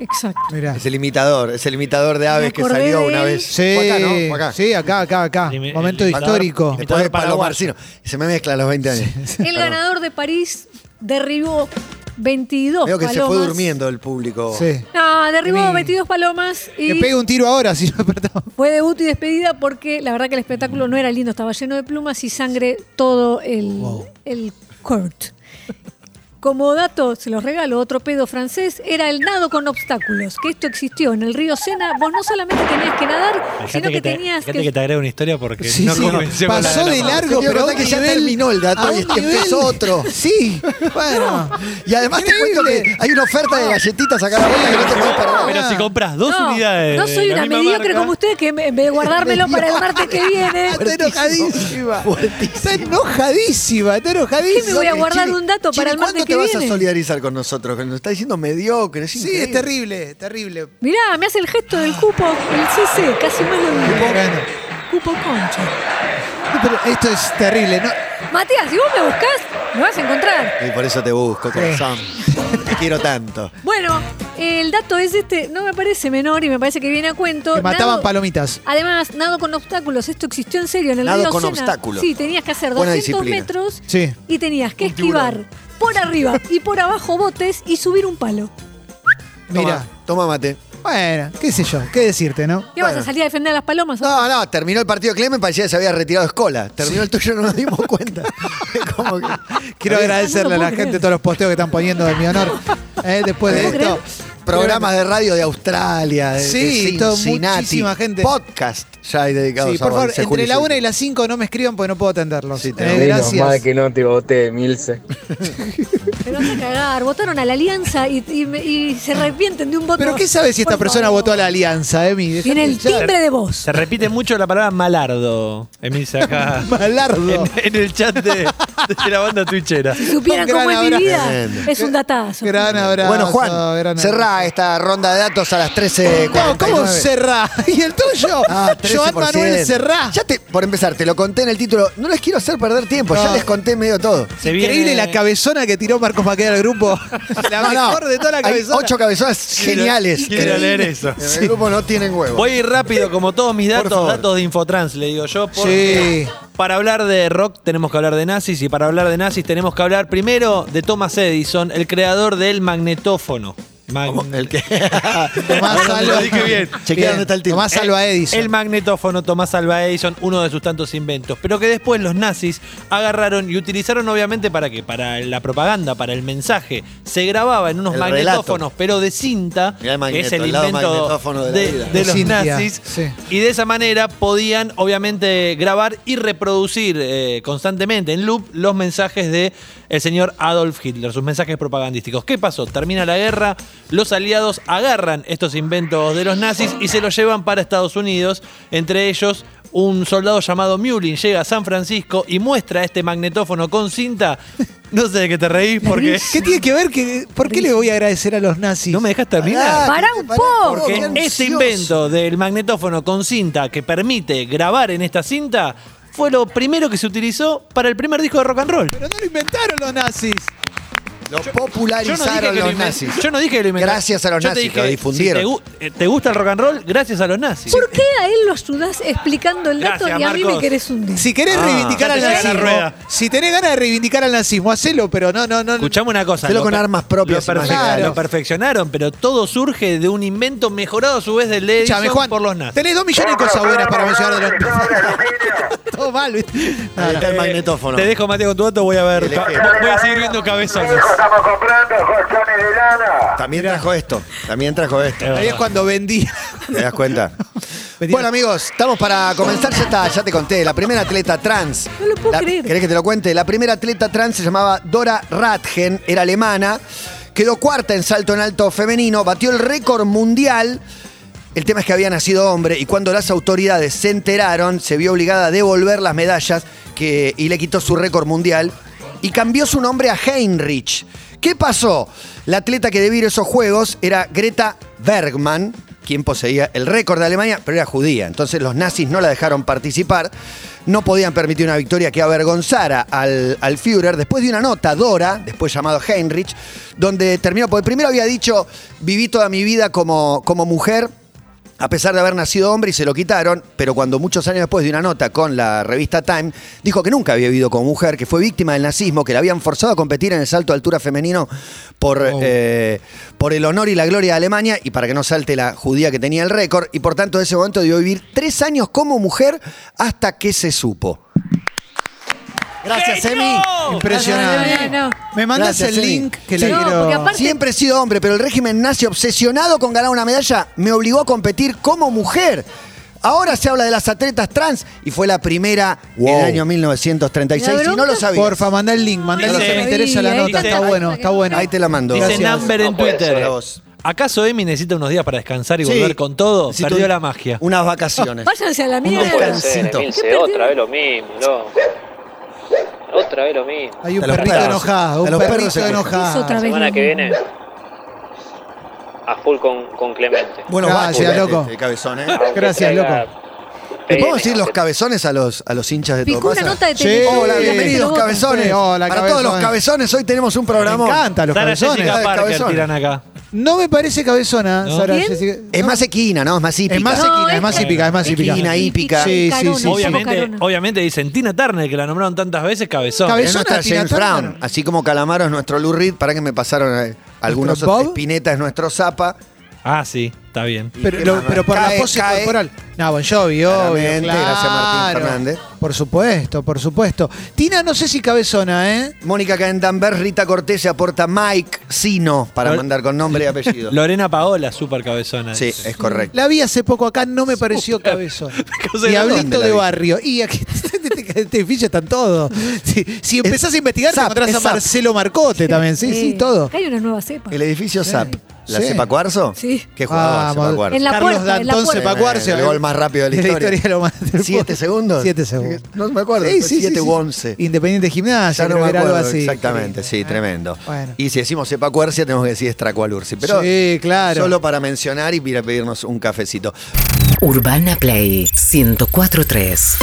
Speaker 5: Exacto.
Speaker 4: Mirá.
Speaker 2: Es el imitador, es el imitador de aves que
Speaker 5: acordé
Speaker 2: salió
Speaker 5: de
Speaker 2: una
Speaker 5: él.
Speaker 2: vez.
Speaker 4: Sí,
Speaker 2: Fue acá, ¿no? Fue acá.
Speaker 4: sí, acá, acá, acá.
Speaker 3: El- el
Speaker 4: Momento
Speaker 3: imitador-
Speaker 4: histórico.
Speaker 2: Después de
Speaker 3: Imitador
Speaker 2: Palo
Speaker 3: paraguayo.
Speaker 2: Marcino. Se me mezclan los 20 años.
Speaker 5: El ganador de París derribó 22
Speaker 2: Veo que
Speaker 5: palomas.
Speaker 2: se fue durmiendo el público.
Speaker 4: Sí.
Speaker 5: No, derribó
Speaker 4: Ni-
Speaker 5: 22 palomas
Speaker 4: Que
Speaker 5: y
Speaker 4: pegue un tiro ahora si no despertamos.
Speaker 5: fue debut y despedida porque la verdad que el espectáculo no era lindo, estaba lleno de plumas y sangre todo el, el court. Como dato, se los regalo, otro pedo francés era el nado con obstáculos, que esto existió en el río Sena. Vos no solamente tenías que nadar,
Speaker 3: Fíjate
Speaker 5: sino que,
Speaker 3: que, te-
Speaker 5: tenías
Speaker 3: fíjate
Speaker 5: que...
Speaker 3: que te agrego una historia porque
Speaker 4: Sí,
Speaker 3: no
Speaker 4: sí.
Speaker 3: convenció con la
Speaker 4: Pasó
Speaker 3: la
Speaker 4: de
Speaker 3: mano.
Speaker 4: largo,
Speaker 2: Te digo,
Speaker 4: pero
Speaker 2: verdad
Speaker 4: a un
Speaker 2: que ya
Speaker 4: nivel-
Speaker 2: terminó el dato
Speaker 4: a
Speaker 2: y
Speaker 4: un
Speaker 2: este
Speaker 4: nivel-
Speaker 2: empezó otro.
Speaker 4: Sí, bueno.
Speaker 2: Y además te cuento que hay una oferta de galletitas acá a la vuelta que no te puedes perder.
Speaker 3: Ah, Pero si compras dos
Speaker 5: no,
Speaker 3: unidades.
Speaker 5: no soy
Speaker 3: de la
Speaker 5: una
Speaker 3: misma
Speaker 5: mediocre
Speaker 3: marca-
Speaker 5: como usted que me- en vez de guardármelo para el martes que viene.
Speaker 4: Está enojadísima.
Speaker 2: Fuertísimo.
Speaker 4: Está enojadísimo. enojadísima, está enojadísima.
Speaker 5: ¿Qué me voy a guardar
Speaker 2: Chini,
Speaker 5: un dato
Speaker 2: Chini,
Speaker 5: para el martes
Speaker 2: ¿cuándo
Speaker 5: que
Speaker 2: te vas a
Speaker 5: viene?
Speaker 2: solidarizar con nosotros? Que nos está diciendo mediocre. Es
Speaker 4: Sí, es
Speaker 2: increíble.
Speaker 4: terrible, terrible.
Speaker 5: Mirá, me hace el gesto del cupo, el CC, casi más lo mismo.
Speaker 4: Bueno,
Speaker 5: Cupo concha.
Speaker 4: pero esto es terrible. No,
Speaker 5: Matías, si vos me buscás, me vas a encontrar.
Speaker 2: Y por eso te busco, corazón. Te quiero tanto.
Speaker 5: Bueno, el dato es este, no me parece menor y me parece que viene a cuento.
Speaker 4: que mataban
Speaker 5: Nado-
Speaker 4: palomitas.
Speaker 5: Además, nado con obstáculos, esto existió en serio en el
Speaker 2: Nado
Speaker 5: río
Speaker 2: con
Speaker 5: Sena.
Speaker 2: obstáculos.
Speaker 5: Sí, tenías que hacer
Speaker 2: Buena
Speaker 5: 200
Speaker 2: disciplina.
Speaker 5: metros
Speaker 4: Sí.
Speaker 5: y tenías que esquivar por arriba y por abajo botes y subir un palo.
Speaker 2: Toma,
Speaker 4: Mira.
Speaker 2: Toma mate.
Speaker 4: Bueno, qué sé yo, qué decirte, ¿no?
Speaker 5: ¿Qué vas
Speaker 2: Bueno.
Speaker 5: a salir a defender a las palomas?
Speaker 2: No, no, terminó el partido de Clemen, parecía que se había retirado Escola. Terminó el tuyo, no nos dimos cuenta. Es como que.
Speaker 4: Quiero
Speaker 2: Había
Speaker 4: agradecerle
Speaker 5: no lo
Speaker 4: a la
Speaker 5: puedo creer.
Speaker 4: gente todos los posteos que están poniendo de mi honor. eh, después de
Speaker 2: ¿Puedo
Speaker 4: esto.
Speaker 2: Programas de radio de Australia, de,
Speaker 4: Sí,
Speaker 2: de
Speaker 4: todo,
Speaker 2: Cincinnati,
Speaker 4: muchísima gente.
Speaker 2: Podcast ya hay dedicados
Speaker 4: Sí,
Speaker 2: a
Speaker 4: por favor,
Speaker 2: Mauricio
Speaker 4: entre
Speaker 2: Juli
Speaker 4: la 1 y
Speaker 2: Sutil.
Speaker 4: la 5 no me escriban porque no puedo atenderlos.
Speaker 2: Sí,
Speaker 4: Eh,
Speaker 2: tenemos.
Speaker 4: gracias.
Speaker 11: no te voté, Milce.
Speaker 5: Pero vas a cagar, votaron a la alianza y, y me- y se arrepienten de un voto.
Speaker 4: Pero ¿qué sabe si esta
Speaker 5: Por
Speaker 4: persona
Speaker 5: favor.
Speaker 4: votó a la alianza, Emi? Dejate
Speaker 5: Tiene el
Speaker 4: ya.
Speaker 5: timbre de voz.
Speaker 3: Se repite mucho la palabra malardo, Emilce, acá.
Speaker 4: Malardo.
Speaker 3: en, en el chat de, de la banda twitchera.
Speaker 5: Si supieran
Speaker 4: Un gran
Speaker 5: cómo es mi
Speaker 4: abrazo.
Speaker 5: vida,
Speaker 2: Tremendo.
Speaker 5: es un datazo.
Speaker 4: Gran abrazo.
Speaker 2: Bueno, Juan,
Speaker 4: gran
Speaker 2: cerrá eh, esta ronda de datos a las 13.49.
Speaker 4: No, ¿cómo cerrá? ¿Y el tuyo?
Speaker 2: Ah,
Speaker 4: Joan
Speaker 2: 13%.
Speaker 4: Manuel Serrá.
Speaker 2: Ya te, por empezar, te lo conté en el título. No les quiero hacer perder tiempo, ya
Speaker 4: No.
Speaker 2: les conté medio todo.
Speaker 3: Se viene-
Speaker 4: Increíble la cabezona que tiró Marcos Maqueda al grupo. La
Speaker 2: No, no,
Speaker 4: mejor de toda la
Speaker 2: hay
Speaker 4: cabezona.
Speaker 2: ocho cabezonas
Speaker 3: Quiero-
Speaker 2: geniales.
Speaker 3: Quiero
Speaker 2: que
Speaker 3: leer eso.
Speaker 2: En el grupo no tienen huevo.
Speaker 3: Voy rápido, como todos mis datos,
Speaker 2: favor.
Speaker 3: datos de Infotrans, le digo yo. porque Para hablar de rock tenemos que hablar de nazis y para hablar de nazis tenemos que hablar primero de Thomas Edison, el creador del magnetófono. Mag-
Speaker 2: El que.
Speaker 4: Tomás Alba.
Speaker 3: Lo dije bien.
Speaker 2: Chequea dónde está el timbre.
Speaker 4: Tomás Alba Edison.
Speaker 3: El magnetófono Tomás Alva Edison, uno de sus tantos inventos, pero que después los nazis agarraron y utilizaron obviamente para qué, para la propaganda, para el mensaje. Se grababa en unos
Speaker 2: El
Speaker 3: magnetófonos, pero de cinta,
Speaker 2: Mirá el
Speaker 3: que es
Speaker 2: magneto,
Speaker 3: el
Speaker 2: el lado
Speaker 3: invento
Speaker 2: magnetófono
Speaker 3: de,
Speaker 2: de la vida.
Speaker 3: de los
Speaker 4: Cintia,
Speaker 3: nazis.
Speaker 4: sí.
Speaker 3: Y de esa manera podían obviamente grabar y reproducir eh, constantemente en loop los mensajes de el señor Adolf Hitler, sus mensajes propagandísticos. ¿Qué pasó? Termina la guerra, los aliados agarran estos inventos de los nazis y se los llevan para Estados Unidos, entre ellos un soldado llamado Mulin llega a San Francisco y muestra este magnetófono con cinta. No sé de qué te reís porque.
Speaker 4: ¿Qué tiene que ver? Que, ¿Por qué le voy a agradecer a los nazis? No
Speaker 3: me dejas
Speaker 2: Ah,
Speaker 3: terminar.
Speaker 5: Pará un poco.
Speaker 3: Porque este invento del magnetófono con cinta que permite grabar en esta cinta fue lo primero que se utilizó para el primer disco de rock and roll.
Speaker 4: Pero no lo inventaron los nazis.
Speaker 2: Lo popularizaron
Speaker 3: que lo
Speaker 2: los
Speaker 3: inven-
Speaker 2: nazis.
Speaker 3: Yo no dije que lo inventaron.
Speaker 2: Gracias a los
Speaker 3: Yo te
Speaker 2: nazis,
Speaker 3: dije,
Speaker 2: lo difundieron.
Speaker 3: si te gu- eh, te, gusta el rock and roll? Gracias a los nazis.
Speaker 5: ¿Por qué a él lo ayudás explicando el dato
Speaker 3: Gracias,
Speaker 5: y a mí me
Speaker 3: Marcos.
Speaker 5: querés hundir?
Speaker 4: Si querés
Speaker 3: Ah,
Speaker 4: reivindicar
Speaker 3: ya
Speaker 4: al
Speaker 3: te llega la
Speaker 4: nazismo,
Speaker 3: rueda.
Speaker 4: si tenés ganas de reivindicar al nazismo, hacelo, pero no, no, no.
Speaker 3: Escuchame una cosa.
Speaker 2: Hacelo
Speaker 3: lo
Speaker 2: con
Speaker 3: per-
Speaker 2: armas propias
Speaker 3: Lo,
Speaker 2: y más legales.
Speaker 3: lo perfeccionaron, pero todo surge de un invento mejorado a su vez del de Edison
Speaker 4: Escuchame, Juan,
Speaker 3: por los nazis.
Speaker 4: tenés dos millones de cosas buenas para mencionar de los Todo mal, ¿viste?
Speaker 2: Ahí está el magnetófono.
Speaker 3: Te dejo, Mateo, con tu dato. Voy a ver.
Speaker 2: El
Speaker 3: Voy
Speaker 2: ejemplo.
Speaker 3: voy a seguir viendo cabezones.
Speaker 9: Estamos comprando colchones de lana.
Speaker 2: También trajo esto. También trajo esto.
Speaker 3: verdad.
Speaker 4: Ahí es cuando vendí.
Speaker 2: ¿Te das cuenta? Bueno, amigos, estamos para comenzar. Ya está, ya te conté. La primera atleta trans.
Speaker 5: No lo puedo
Speaker 2: La-
Speaker 5: creer.
Speaker 2: ¿Querés que te lo cuente? La primera atleta trans se llamaba Dora Radgen, era alemana. Quedó cuarta en salto en alto femenino, batió el récord mundial. El tema es que había nacido hombre y cuando las autoridades se enteraron, se vio obligada a devolver las medallas que, y le quitó su récord mundial y cambió su nombre a Heinrich. ¿Qué pasó? La atleta que debió esos juegos era Greta Bergman, quien poseía el récord de Alemania, pero era judía. Entonces los nazis no la dejaron participar, no podían permitir una victoria que avergonzara al, al Führer. Después de una nota, Dora, después llamado Heinrich, donde terminó, porque primero había dicho, viví toda mi vida como, como mujer, a pesar de haber nacido hombre y se lo quitaron, pero cuando muchos años después de una nota con la revista Time, dijo que nunca había vivido con mujer, que fue víctima del nazismo, que la habían forzado a competir en el salto de altura femenino por, eh, por el honor y la gloria de Alemania y para que no salte la judía que tenía el récord, y por tanto de ese momento debió vivir tres años como mujer hasta que se supo. Gracias, Emi.
Speaker 4: Impresionante.
Speaker 5: No, no, no.
Speaker 4: Me mandas
Speaker 2: Gracias,
Speaker 4: el
Speaker 2: Eli.
Speaker 4: link que
Speaker 2: Sí.
Speaker 4: le
Speaker 5: No,
Speaker 4: quiero.
Speaker 5: porque aparte-
Speaker 2: Siempre he sido hombre, pero el régimen nazi obsesionado con ganar una medalla me obligó a competir como mujer. Ahora se habla de las atletas trans y fue la primera en el año
Speaker 5: ¿Me
Speaker 2: 1936.
Speaker 5: da
Speaker 2: Si no lo
Speaker 5: bronca?
Speaker 2: sabía.
Speaker 4: Porfa, mandá el link, mandá el link,
Speaker 3: Dice-
Speaker 4: que me interesa la
Speaker 5: Ahí
Speaker 4: nota,
Speaker 3: dice-
Speaker 4: está bueno, está bueno.
Speaker 2: Ahí te la mando.
Speaker 3: Dice
Speaker 2: Gracias.
Speaker 3: Number en Twitter. ¿Acaso Emi necesita unos días para descansar y
Speaker 2: Sí.
Speaker 3: volver con todo?
Speaker 2: Necesito
Speaker 3: Perdió
Speaker 2: un-
Speaker 3: la magia.
Speaker 2: Unas vacaciones.
Speaker 5: Váyanse a la
Speaker 2: Un
Speaker 5: mierda.
Speaker 2: descansito.
Speaker 5: ¿Qué perdieron?
Speaker 13: otra vez lo mismo, loco. Otra vez lo mismo.
Speaker 4: Hay un
Speaker 2: A los
Speaker 4: perrito
Speaker 2: perros.
Speaker 4: enojado,
Speaker 2: A
Speaker 4: un
Speaker 2: los perros se
Speaker 4: perrito
Speaker 2: quejan.
Speaker 5: Es
Speaker 4: enojado.
Speaker 5: otra
Speaker 13: La
Speaker 5: vez.
Speaker 13: semana
Speaker 5: lo
Speaker 13: que
Speaker 5: mismo.
Speaker 13: viene a full con, con Clemente.
Speaker 2: Bueno,
Speaker 4: Gracias,
Speaker 2: vacunas,
Speaker 4: loco.
Speaker 2: este cabezón, ¿eh?
Speaker 13: Aunque
Speaker 4: Gracias,
Speaker 13: traiga
Speaker 4: loco.
Speaker 2: ¿Le
Speaker 13: PN,
Speaker 2: podemos decir los
Speaker 13: aunque-
Speaker 2: cabezones a los, a los hinchas de
Speaker 5: Picó
Speaker 2: todo
Speaker 5: una nota de
Speaker 4: Sí.
Speaker 5: televisión.
Speaker 2: Hola,
Speaker 5: la gente
Speaker 2: bienvenidos,
Speaker 5: lo vota.
Speaker 2: cabezones.
Speaker 4: Sí, hola,
Speaker 2: Para todos los
Speaker 4: cabezones.
Speaker 2: cabezones, hoy tenemos un
Speaker 4: Me
Speaker 2: programa.
Speaker 4: encanta los
Speaker 3: Sara
Speaker 4: cabezones.
Speaker 3: Jessica
Speaker 2: Ah,
Speaker 3: Parker
Speaker 2: cabezones.
Speaker 3: tiran acá.
Speaker 4: No me parece cabezona,
Speaker 3: ¿No?
Speaker 4: Sara
Speaker 5: ¿Quién?
Speaker 4: Jessica.
Speaker 2: Es más equina, ¿no? Es más hípica.
Speaker 4: Es más
Speaker 5: No,
Speaker 4: hípica, es
Speaker 5: es
Speaker 4: más
Speaker 5: que-
Speaker 4: hípica, es más
Speaker 5: es
Speaker 4: hípica.
Speaker 2: equina, hípica.
Speaker 4: Sí, sí, sí.
Speaker 3: Obviamente,
Speaker 5: Carona.
Speaker 3: obviamente dicen Tina Turner, que la nombraron tantas veces, cabezón.
Speaker 4: Cabe-
Speaker 2: Es nuestra
Speaker 4: Tina
Speaker 2: James
Speaker 4: Turner.
Speaker 2: Brown, así como Calamaro es nuestro Lou Reed, para que me pasaron eh, algunos
Speaker 4: ¿Nuestro
Speaker 2: otros.
Speaker 4: Bob?
Speaker 2: Espineta es nuestro Zapa.
Speaker 3: Ah, sí, está bien.
Speaker 4: Pero,
Speaker 2: ¿Y qué
Speaker 4: lo-
Speaker 2: más?
Speaker 4: pero por
Speaker 2: Cae,
Speaker 4: la pose
Speaker 2: cae.
Speaker 4: corporal. No, Bon Jovi, obvio,
Speaker 2: Claramente, gracias, Martín
Speaker 4: claro.
Speaker 2: Fernández.
Speaker 4: Por supuesto, por supuesto. Tina, no sé si cabezona, ¿eh?
Speaker 2: Mónica Caendanber, Rita Cortés se aporta Mike Sino para
Speaker 3: Lo-
Speaker 2: mandar con nombre y apellido.
Speaker 3: Lorena Paola, súper cabezona.
Speaker 2: sí,
Speaker 3: es.
Speaker 2: es correcto.
Speaker 4: La vi hace poco acá, no me pareció cabezona.
Speaker 3: cosa de
Speaker 2: dónde
Speaker 4: Diablito
Speaker 2: la
Speaker 4: de
Speaker 2: vi.
Speaker 4: barrio. Y aquí en este edificio están todos. Si, si empezás a investigar, te
Speaker 2: Zap,
Speaker 4: encontrás
Speaker 2: es
Speaker 4: a
Speaker 2: Zap.
Speaker 4: Marcelo Marcote también. Sí, sí, todo.
Speaker 5: Acá Eh, Hay una nueva cepa.
Speaker 2: El edificio SAP. ¿La
Speaker 4: sí.
Speaker 2: Cepa Cuarzo?
Speaker 5: Sí.
Speaker 2: ¿Qué jugador
Speaker 4: Vamos.
Speaker 2: Cepa Cuarzo?
Speaker 5: En la
Speaker 4: Carlos
Speaker 5: puerta, en la
Speaker 4: Dantón
Speaker 5: puerta.
Speaker 4: Cepa Cuarzo.
Speaker 2: El gol más rápido de la historia.
Speaker 4: lo más-
Speaker 2: ¿Siete segundos?
Speaker 4: Siete segundos.
Speaker 2: No me acuerdo.
Speaker 4: Sí,
Speaker 2: fue
Speaker 4: sí, sí,
Speaker 2: siete
Speaker 4: sí.
Speaker 2: u once.
Speaker 4: Independiente Gimnasia,
Speaker 2: Ya no
Speaker 4: creo
Speaker 2: me
Speaker 4: que era algo
Speaker 2: acuerdo
Speaker 4: así.
Speaker 2: exactamente, sí,
Speaker 4: Eh,
Speaker 2: tremendo.
Speaker 4: Bueno.
Speaker 2: Y si decimos Cepa Cuercia, tenemos que decir Estracualursi. Pero
Speaker 4: Sí, claro.
Speaker 2: solo para mencionar y ir a pedirnos un cafecito.
Speaker 14: Urbana Play 1043.